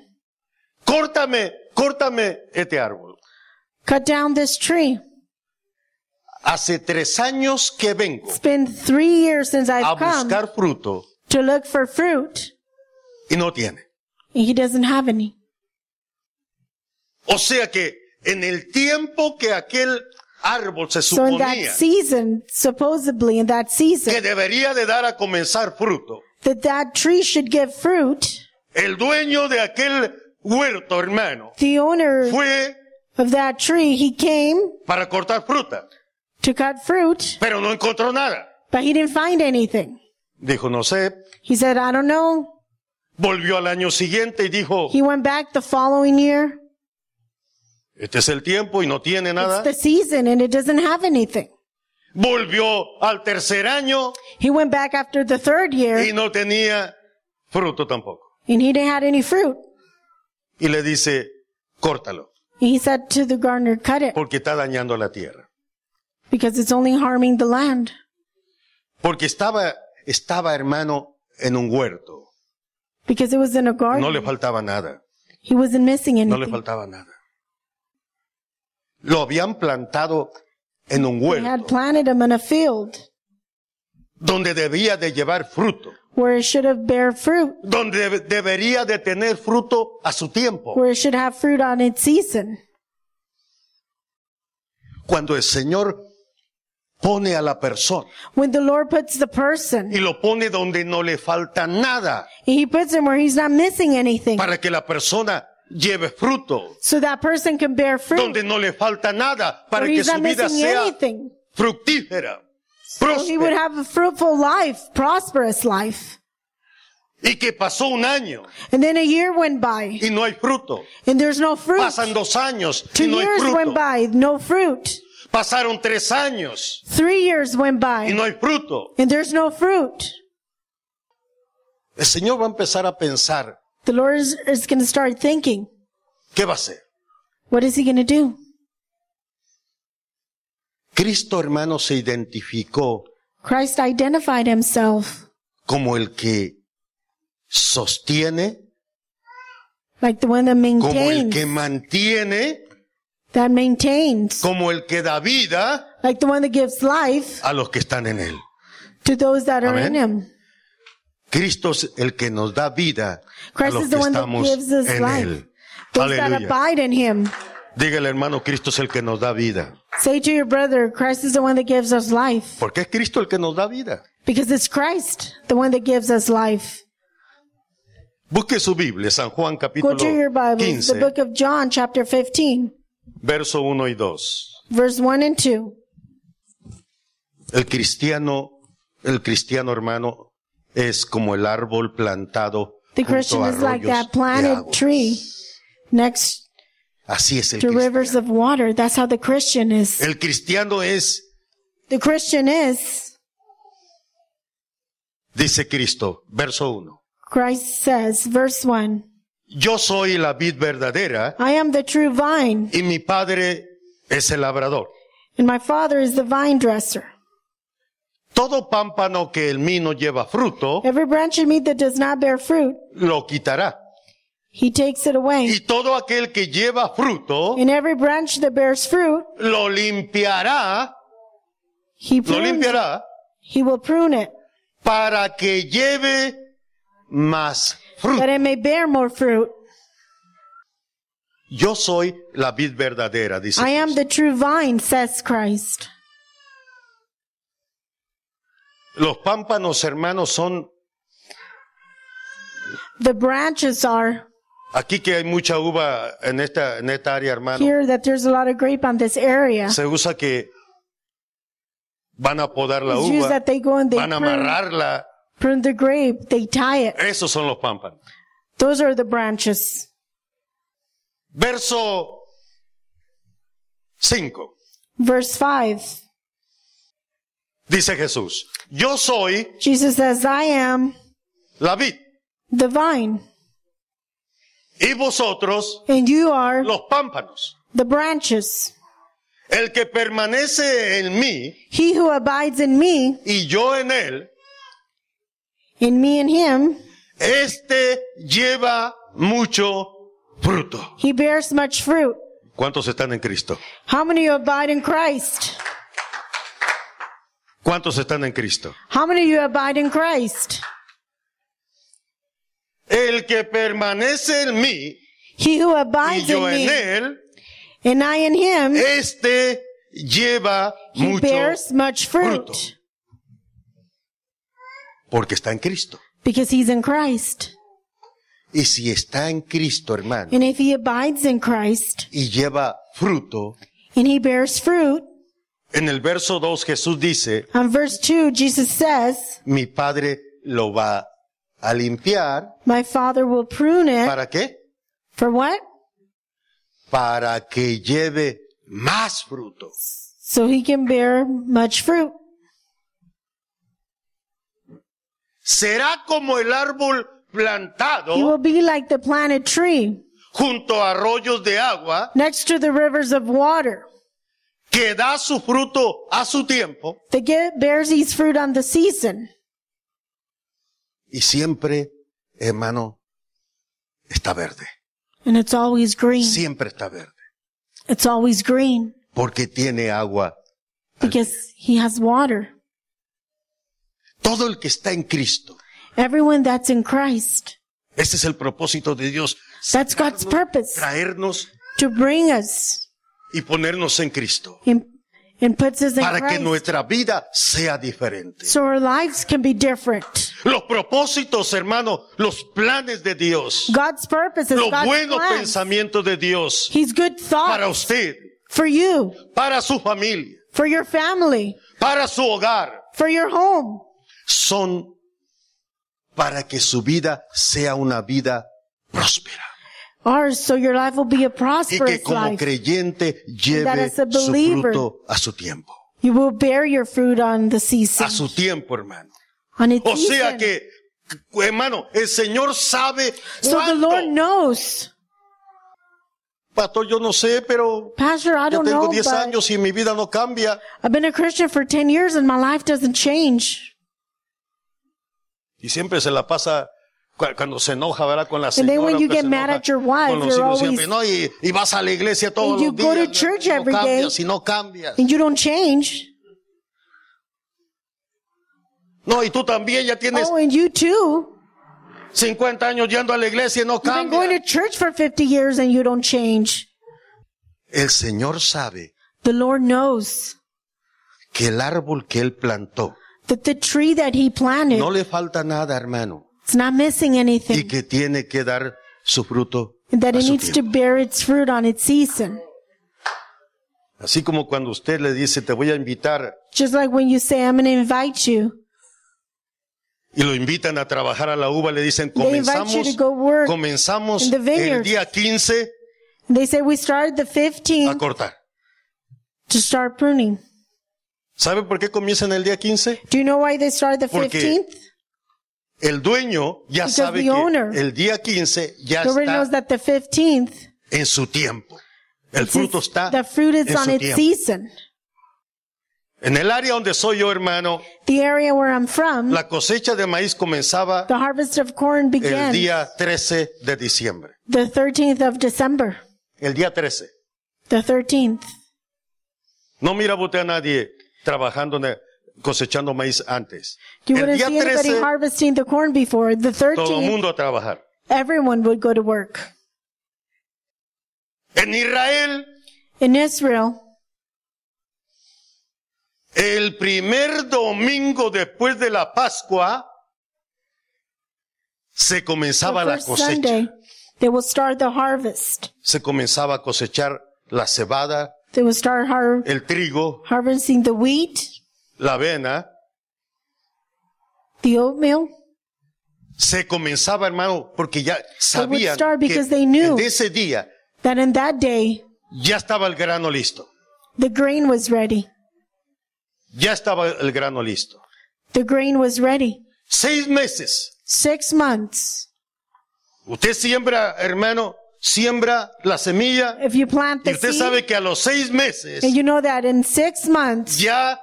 córtame, córtame este árbol.
cut down this tree
Hace tres años que vengo
it's been three years since
a
i've come
buscar fruto
to look for fruit
y no tiene.
and he doesn't have any
O sea que en el tiempo que aquel árbol se
so in that
suponía
season supposedly in that season
que debería de dar a comenzar fruto,
that that tree should give fruit,
el dueño de aquel huerto, hermano,
the owner
fue
of that tree, he came
para cortar fruta,
to cut fruit,
pero no encontró nada.
but he didn't find anything.
Dijo, no sé.
He said, I don't know.
Volvió al año siguiente y dijo,
He went back the following year.
este es el tiempo y no tiene nada.
It's the season and it doesn't have anything.
Volvió al tercer año
He went back after the third
y
year
no tenía fruto tampoco.
and he didn't had any fruit.
Y le dice, córtalo,
He said to the gardener, cut it
porque está dañando la tierra.
because it's only harming the land
Porque estaba, estaba hermano en un huerto.
because it was in a
No le
garden.
faltaba nada.
He wasn't missing
No le
anything.
faltaba nada. Lo habían plantado en un
They
huerto
had planted him in a field
donde debía de llevar fruto,
where it should have bear fruit,
donde debe- debería de tener fruto a su tiempo.
where it should have fruit on its season.
Cuando el Señor pone a la persona
When the Lord puts the
y
person,
lo pone donde no le falta nada
He puts him where he's not missing anything.
para que la persona lleve fruto,
So that person can bear fruit.
donde no le falta nada para
Where
que
he's
su
not
vida
missing
sea
anything.
fructífera,
So he would
próspera.
have a fruitful life, prosperous life.
Y que pasó un año
And then a year went by
y no hay fruto.
and there's no fruit.
Pasan dos años y
Two
no hay
years went
fruto.
by, no fruit.
Pasaron tres años
Three years went
y
by
no hay fruto.
and there's no fruit.
El Señor va a empezar a pensar,
The Lord is, is going to start thinking,
¿qué va a hacer?
what is he going to do?
Cristo hermano se identificó
Christ identified himself
como el que sostiene,
like the one that
como el
maintains,
que mantiene,
that maintains,
como el que da vida
like the one that gives life
a los que están en Él.
to those that are
Amen.
in him.
Cristo es el que nos da vida a
Christ
los
is
que
the one that
estamos
gives us
en
life.
Él.
Those that
Aleluya.
abide in him.
Dígale hermano, Cristo es el que nos da vida.
Say to your brother, Christ is the one that gives us life.
Porque es Cristo el que nos da vida.
Because it's Christ, the one that gives us life.
Busque su Biblia, San Juan
Go
capítulo
to your Bible, the
15,
book of John, chapter 15,
verso 1 y 2.
verse 1 and 2.
El cristiano, el cristiano hermano, es como el árbol plantado
The
junto
Christian
a
is like
arroyos
that
de
planted
agua.
tree next
Así es el
to
cristiano.
rivers of water. That's how the Christian is.
El cristiano es,
The Christian is,
dice Cristo, verso 1.
Christ says, verse 1,
Yo soy la vid verdadera
I am the true vine,
y mi padre es el labrador.
and my Father is the vine dresser.
Todo pámpano que el mí no lleva fruto,
Every branch in me that does not bear fruit,
lo quitará.
he takes it away.
Y todo aquel que lleva fruto,
And every branch that bears fruit,
lo limpiará,
he
lo
prunes.
limpiará
He will prune it,
para que lleve más fruto.
that it may bear more fruit.
Yo soy la vid verdadera, dice.
I am
Cristo.
the true vine, says Christ.
Los pámpanos, hermanos, son
The branches are
aquí que hay mucha uva en esta en esta área, hermano.
here that there's a lot of grape on this area.
Se usa que van a podar la
It's used
uva,
that they go and they
van a
prune,
amarrarla.
prune the grape, they tie it.
Esos son los pámpanos.
Those are the branches.
Verso 5.
Verse 5.
Dice Jesús, yo soy
Jesus says, I am
la vid
the vine,
y vosotros
and you are
los pámpanos.
the branches.
El que permanece en mí
He who abides in me,
y yo en él,
in me and him,
este lleva mucho fruto.
he bears much fruit.
¿Cuántos están en Cristo?
How many of you abide in Christ?
¿Cuántos están en Cristo?
How many of you abide in Christ?
El que permanece en mí
He who
y
abides in
yo en
me,
él,
and I in him,
este lleva
he
mucho
bears much
fruto.
fruit.
porque está en Cristo.
Because he's in Christ.
Y si está en Cristo, hermano,
And if he abides in Christ,
y lleva fruto,
and he bears fruit,
en el verso 2 Jesús dice,
on verse 2, Jesus says,
mi padre lo va a limpiar.
My Father will prune it.
¿Para qué?
For what?
Para que lleve más fruto.
So he can bear much fruit.
Será como el árbol
He
plantado
will be like the planted tree
junto a arroyos de agua
next to the rivers of water
que da su fruto a su tiempo
that get, bears his fruit on the season.
y siempre, hermano, está verde.
And it's always green.
Siempre está verde.
It's always green
porque tiene agua.
because he has water.
Todo el que está en Cristo.
Everyone that's in Christ,
Ese es el propósito de Dios.
that's God's purpose
Traernos
to bring us
y ponernos en Cristo.
and, and puts us in
Para que
Christ.
nuestra vida sea diferente.
So our lives can be different.
Los propósitos, hermano, los planes de Dios.
God's purpose is
Los
God's
buenos
plans.
pensamientos de Dios.
He's good
Para
thought
usted,
for you,
para su familia,
for your family,
para su hogar.
for your home.
son para que su vida sea una vida próspera
Ours, so your life will be
y que
a prosperous
como
life.
creyente lleve
as
su
a believer-
fruto a su tiempo,
You will bear your fruit on the season,
a su tiempo, hermano.
on its
O sea
season.
que, hermano, el Señor sabe
so the Lord
cuánto.
knows.
Pastor, yo no sé, pero
Pastor, I
yo
don't
tengo
know,
10
but
años y mi vida no cambia.
I've been a Christian for 10 years and my life doesn't change.
Y siempre se la pasa cu- cuando se enoja, ¿verdad? Con la
then
señora.
when you
que
get
se
mad
enoja
at your wife,
con los
you're
hijos siempre,
always-
¿no? Y, y vas a la iglesia todos
you
los
go to
días.
church
no
every day.
cambias y no cambias.
And you don't change.
No, y tú también ya tienes
Oh, and you too.
50 años yendo a la iglesia y no
You've been going
cambia.
to church for 50 years and you don't change.
El Señor sabe
The Lord knows
que el árbol que Él plantó
that the tree that He planted,
no le falta nada, hermano,
it's not missing
y
anything.
que tiene que dar su fruto
And that
a
it
su
needs to
tiempo.
bear its fruit on its season.
Así como cuando usted le dice, te voy a invitar,
Just like when you say, I'm going to invite you.
y lo invitan a trabajar a la uva, le dicen,
They invite you
comenzamos,
to go work.
comenzamos
in the vineyard.
el día 15
They say we started the
a
15th
cortar.
to start pruning.
¿Sabe por qué comienzan el día 15?
Do you know why they started the
Porque
15th?
El dueño ya
Because
sabe
the
que
owner-
el día 15 ya
Nobody knows
está
that the 15th,
en su tiempo. El
it's-
fruto está
the fruit is
en
on
su
its
tiempo.
season.
En el área donde soy yo, hermano,
The area where I'm from,
la cosecha de maíz comenzaba
the harvest of corn
el
began
día 13 de diciembre.
the 13th of December.
El día 13.
The 13th.
No mira usted a nadie trabajando, en el- cosechando maíz antes.
You
el
wouldn't
día
see anybody
13
harvesting the corn before. The
todo el
13th,
mundo a trabajar.
everyone would go to work.
En Israel,
In Israel,
el primer domingo después de la Pascua, se comenzaba
the
la
first
cosecha.
Sunday, they will start the harvest.
Se comenzaba a cosechar la cebada,
They will start har-
el trigo,
harvesting the wheat,
la avena.
the oatmeal.
Se comenzaba, hermano, porque ya sabían
start
que
because they knew.
en ese día
That in that day,
ya estaba el grano listo.
the grain was ready.
Ya estaba el grano listo.
The grain was ready.
Seis meses.
Six months.
Usted siembra, hermano, siembra la semilla
If you plant
y
the
usted
seed,
sabe que a los seis meses
and you know that in six months,
ya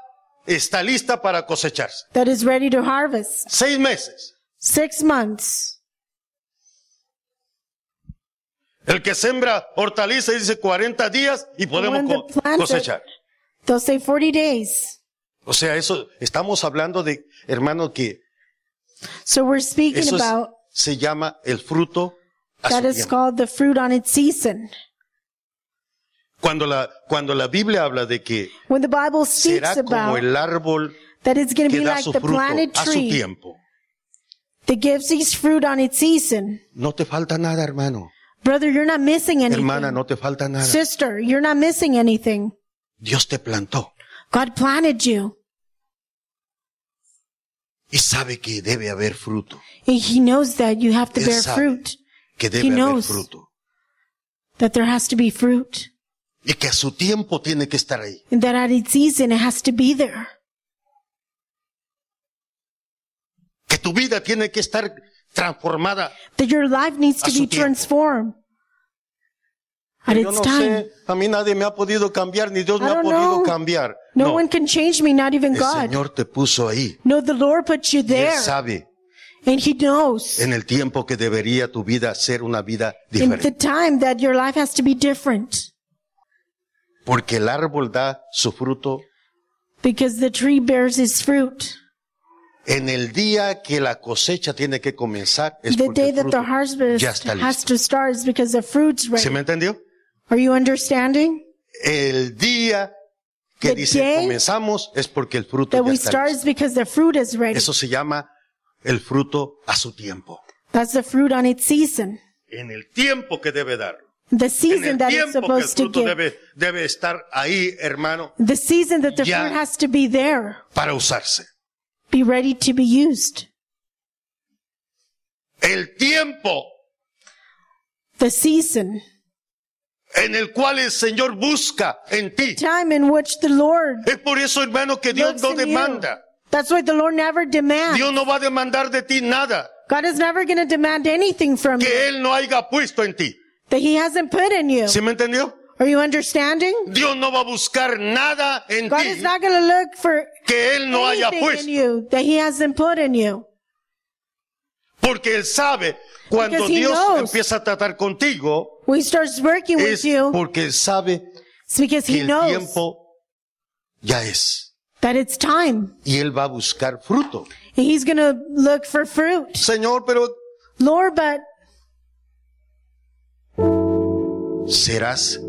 está lista para cosecharse.
that is ready to harvest.
Seis meses.
Six months.
El que siembra hortaliza dice 40 días y podemos
When
co-
the plant-
cosechar.
They'll say 40 days.
O sea, eso estamos hablando de, hermano, que
So we're speaking
eso es-
about
se llama el fruto a su
that is
tiempo.
called the fruit on its season.
Cuando la, cuando la Biblia habla de que
When the Bible speaks
será como
about
el árbol
that it's going to
que
be
da
like
su
the
fruto
planted
a su
tree
tiempo.
that gives its fruit on its season.
No te falta nada, hermano.
Brother, you're not missing anything.
Hermana, no te falta nada.
Sister, you're not missing anything.
Dios te plantó
God planted you.
y sabe que debe haber fruto,
And He knows that you have to
Él
bear
sabe.
fruit,
que
He
debe haber
knows.
fruto
that there has to be fruit,
y que a su tiempo tiene que estar ahí.
and that at its season it has to be there.
Que tu vida tiene que estar transformada.
That your life needs
A
to
su
be
tiempo.
transformed at
Yo
its
no
time.
sé, a mí nadie me ha podido cambiar, ni Dios
I
me ha
don't
podido
know.
cambiar.
No,
No,
one can change me, not even
el
God.
Señor te puso ahí.
No, the Lord put you
Y Él
there,
sabe
and He knows
en el tiempo que debería tu vida ser una vida
in the
diferente.
time that your life has to be different.
porque el árbol da su fruto
because the tree bears its fruit.
en el día que la cosecha tiene que comenzar. Es
the
porque
day
el
that
fruto
the harvest
ya está
has
listo.
to start is because the fruit's ready.
¿Sí me entendió?
Are you understanding?
El día que
The
dice
day
comenzamos es porque el fruto
That
ya
we
está
start
listo.
is because the fruit is ready.
Eso se llama el fruto a su tiempo.
That's the fruit on its season.
En el tiempo que debe dar.
The
En
season
el
that it's
tiempo que el
supposed to
fruto
give.
debe, debe estar ahí, hermano,
the season that the
Ya.
fruit has to be there.
para usarse.
Be ready to be used.
El tiempo
The season.
en el cual el Señor busca en ti.
Time in which the Lord
Es por eso, hermano, que Dios
looks
no
in you.
demanda.
That's why the Lord never demands.
Dios no va a demandar de ti nada
God is never going to demand anything from you
que Él no haya puesto en ti.
that He hasn't put in you.
¿Sí me entendió?
Are you understanding?
Dios no va a buscar nada en
God
ti
is not going to look for
que Él no haya
anything
puesto.
in you that He hasn't put in you.
Porque Él sabe, cuando
Because he
Dios
knows.
empieza a tratar contigo,
When He starts working
es
with you,
porque Él sabe
it's because
que
He
el
knows
tiempo ya es.
that it's time.
Y Él va a buscar fruto.
And He's going to look for fruit.
Señor, pero
Lord, but
serás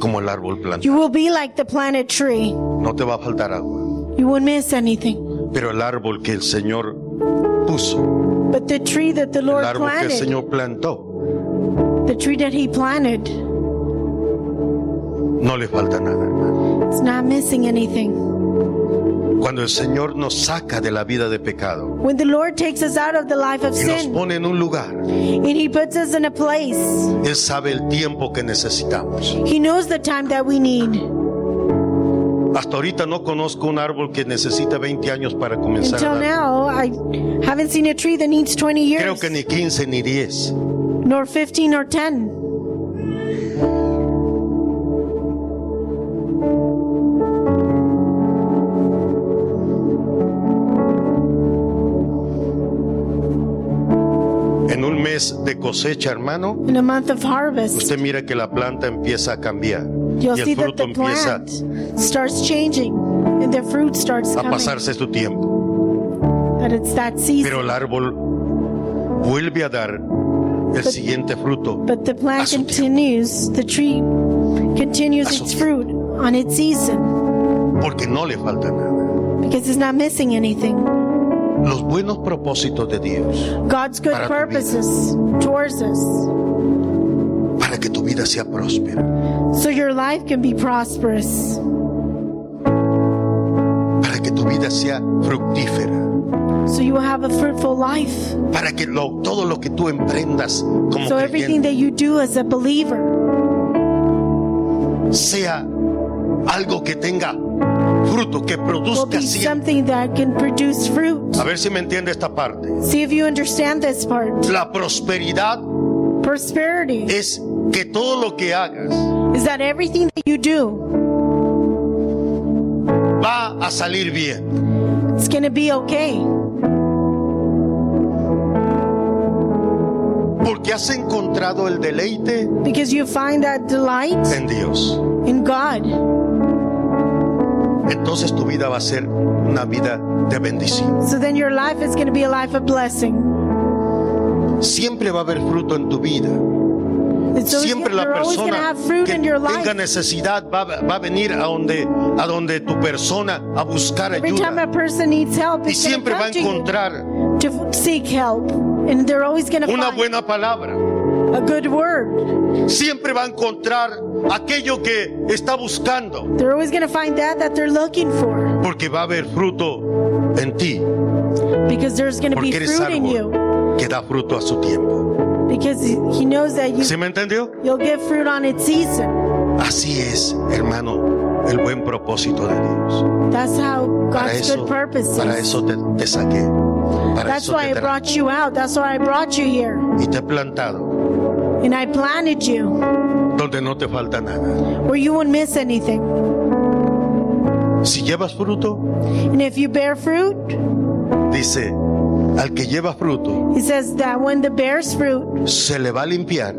como el árbol plantado.
you will be like the planet tree.
No te va a faltar agua.
You won't miss anything.
Pero el árbol que el Señor puso,
But the tree that the
el
Lord
árbol que el
planted,
Señor plantó,
the tree that He planted,
no le falta nada, hermano.
it's not missing anything.
Cuando el Señor nos saca de la vida de pecado
When the Lord takes us out of the life of
y nos
sin,
pone en un lugar,
And he puts us in a place.
Él sabe el tiempo que necesitamos.
He knows the time that we need.
Hasta ahorita no conozco un árbol que necesita 20 años para comenzar a
Until
dar.
now, I haven't seen a tree that needs 20
Creo
years,
que ni 15 ni 10.
nor 15 nor 10.
En un mes de cosecha, hermano,
In a month of harvest,
usted mira que la planta empieza a cambiar
you'll
y
see
el
that
fruto
the
empieza
plant starts changing and the fruit starts
a
coming.
pasarse su tiempo.
That it's that season.
Pero el árbol vuelve a dar el siguiente fruto.
But the
a
plant
su
continues, the tree
A
continues
su
its
tiempo.
fruit on its season
porque no le falta nada.
because it's not missing anything.
Los buenos propósitos de Dios
God's good
Para tu vida.
purposes towards us.
para que tu vida sea próspera,
So your life can be prosperous.
para que tu vida sea fructífera,
So you will have a fruitful life.
para que lo- todo lo que tú emprendas como
So everything
creyente
that you do as a believer
sea algo que tenga fruto, que
will
produzca
be
siempre.
something that can produce fruit.
A ver si me entiende esta parte.
See if you understand this part.
La prosperidad
Prosperity
es que todo lo que hagas
is that everything that you do,
va a salir bien.
it's going to be okay
Porque has encontrado el deleite
because you find that delight
en Dios.
in God.
Entonces tu vida va a ser una vida de bendición.
So then your life is going to be a life of blessing.
Siempre va a haber fruto en tu vida.
It's always
Siempre
gonna,
la
you're always going to
persona
have fruit
que
in your
tenga
life.
necesidad va, va a venir a donde, a donde tu persona a buscar
Every time a
ayuda.
person needs help,
Y
it's going
siempre
to
va a
come to you
encontrar
to f- seek help. And they're always going to
una
find
buena palabra.
a good word.
Siempre va a encontrar aquello que está buscando.
They're always going to find that that they're looking for.
Porque va a haber fruto en ti.
Because there's going to be
Porque eres
fruit in you.
árbol que da fruto a su tiempo.
Because he knows that you,
¿Sí me entendió?
you'll get fruit on its season.
Así es, hermano, el buen propósito de Dios.
That's how
Para
God's
eso,
good purpose
para
is.
eso te, te saqué. Para
That's
eso te
why I
traje.
brought you out. That's why I brought you here.
y te he plantado
And I planted you
donde no te falta nada.
where you won't miss anything.
Si llevas fruto,
And if you bear fruit,
dice, al que lleva fruto
he says that when the bears fruit,
se le va a limpiar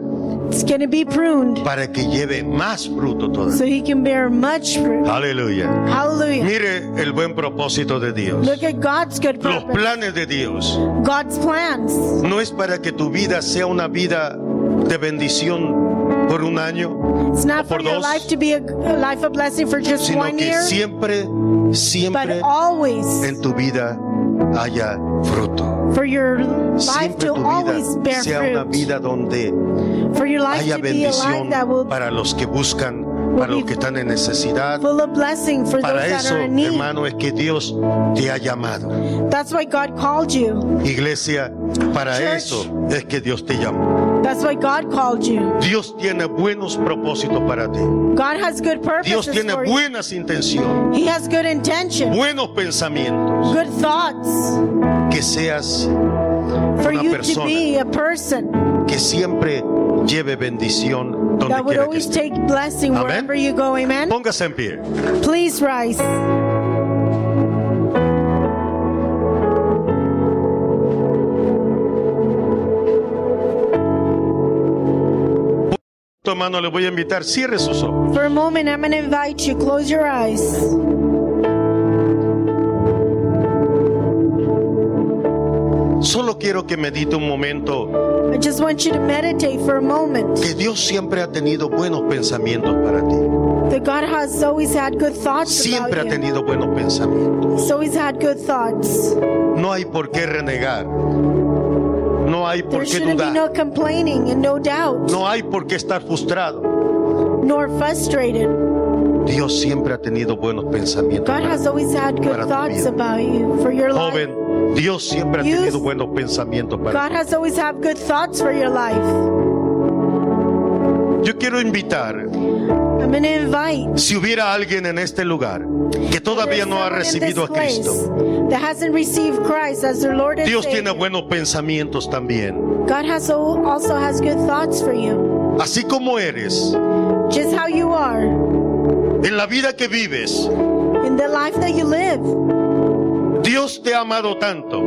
It's going to be pruned
para que lleve más fruto todavía.
so he can bear much fruit.
Aleluya.
Hallelujah.
Mire el buen propósito de Dios.
Look at God's good
Los
purpose,
planes de Dios
God's plans.
no es para que tu vida sea una vida de bendición por un año,
It's not
O por
for your
dos.
life to be a, a life of blessing for just
sino
one
que
year,
siempre,
but
siempre
always
en tu vida haya fruto.
for your life
Siempre
to
tu
always
vida
bear
sea una
fruit.
vida donde
For your life
haya
to be a life
bendición
that will
para los que buscan, para los que están en necesidad.
full of blessing for those
Para
that
eso,
are in need.
hermano, es que Dios te ha llamado.
That's why God called you.
Iglesia, para
Church.
eso es que Dios te llamó.
That's why God called you.
Dios tiene buenos propósitos para ti.
God has good
Dios
purposes
tiene
for you.
buenas intenciones,
He has good intention,
buenos pensamientos.
good thoughts
Que seas,
for
Una
you
persona.
to be a person
que siempre lleve bendición donde
that would
quiera que
always
esté.
take blessing
Amén.
wherever you go. Amen.
Póngase en pie.
Please rise.
Tu hermano le voy a invitar, cierre sus ojos.
For a moment, I'm going to invite you. Close your eyes.
Solo quiero que medite un momento
I just want you to meditate for a moment
que Dios siempre ha tenido buenos pensamientos para ti.
that God has always had good thoughts
Siempre ha
about you.
tenido buenos pensamientos.
He's always had good thoughts.
No hay por qué renegar. No hay por
There
qué
shouldn't be
dudar.
no complaining and no doubt,
No hay por qué estar frustrado.
nor frustrated.
Dios siempre ha tenido buenos pensamientos.
God has always had
Para
good
tu
thoughts
vida.
about you for your life.
Joven, Dios siempre ha
Youth.
tenido buenos pensamientos para
God
ti.
has always had good thoughts for your life.
Yo quiero invitar,
I'm going to invite.
si hubiera alguien en este lugar que todavía
there's
no ha
someone in this
recibido a
place
Cristo,
That hasn't received Christ as their Lord and
Dios tiene
Savior.
buenos pensamientos también.
God has al- also has good thoughts for you,
Así como eres,
just how you are
en la vida que vives,
in the life that you live.
Dios te ha amado tanto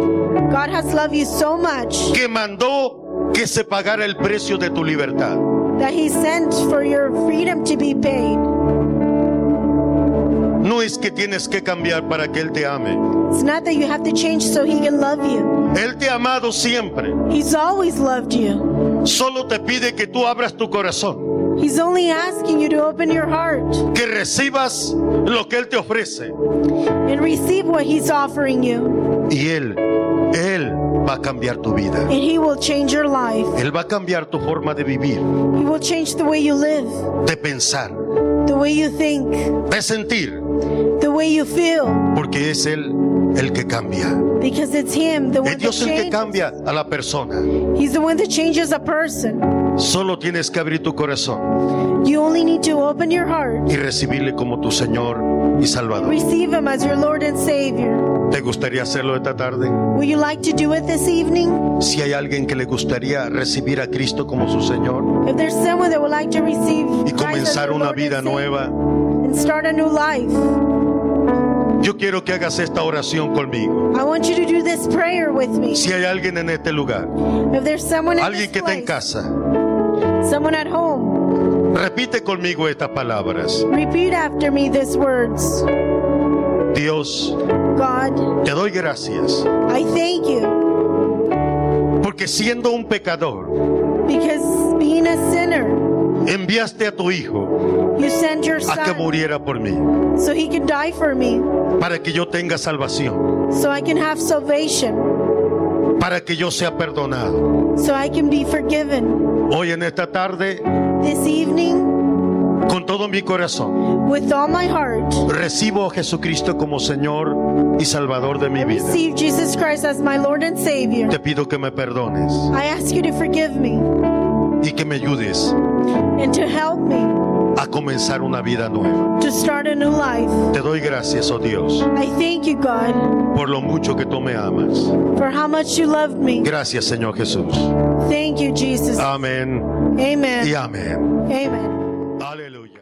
God has loved you so much
que mandó que se pagara el precio de tu libertad.
that He sent for your freedom to be paid.
No es que tienes que cambiar para que Él te ame.
It's not that you have to change so He can love you.
Él te ha amado siempre.
He's always loved you.
Solo te pide que tú abras tu corazón,
He's only asking you to open your heart
que recibas lo que Él te ofrece.
and receive what He's offering you,
Y Él, Él va a cambiar tu vida.
and He will change your life.
Él va a cambiar tu forma de vivir,
He will change the way you live,
de pensar,
the way you think,
de sentir,
the way you feel,
porque es Él el que cambia.
because it's Him, the one
Es
that
Dios el que
changes.
cambia a la persona.
He's the one that changes a person.
Solo tienes que abrir tu corazón
You only need to open your heart,
y recibirle como tu Señor y Salvador.
receive Him as your Lord and Savior.
¿Te gustaría hacerlo esta tarde?
Would you like to do it this evening?
Si hay alguien que le gustaría recibir a Cristo como su Señor
If there's someone that would like to receive
y
Christ as
comenzar
their
una
Lord and
vida
Savior
nueva,
and start a new life.
yo quiero que hagas esta oración conmigo.
I want you to do this prayer with me.
Si hay alguien en este lugar,
If there's someone in
alguien que
this
está en casa,
place, someone at home,
repite conmigo estas palabras.
repeat after me these words.
Dios,
God,
te doy gracias
I thank you
porque siendo un pecador,
because being a sinner,
enviaste a tu Hijo
you sent your
a que
son
muriera por mí,
so he could die for me,
para que yo tenga salvación,
so I can have salvation,
para que yo sea perdonado.
so I can be forgiven.
Hoy en esta tarde,
This evening,
con todo mi corazón,
with all my heart,
recibo a Jesucristo como Señor y Salvador de mi
I
vida.
receive Jesus Christ as my Lord and Savior.
Te pido que me perdones
I ask you to forgive me
y que me ayudes
and to help me
a comenzar una vida nueva.
to start a new life.
Te doy gracias, oh Dios,
I thank you, God.
por lo mucho que tú me amas.
for how much you loved me.
Gracias, Señor Jesús. Uh,
Thank you, Jesus.
Amén
Amen.
y amén.
Amen.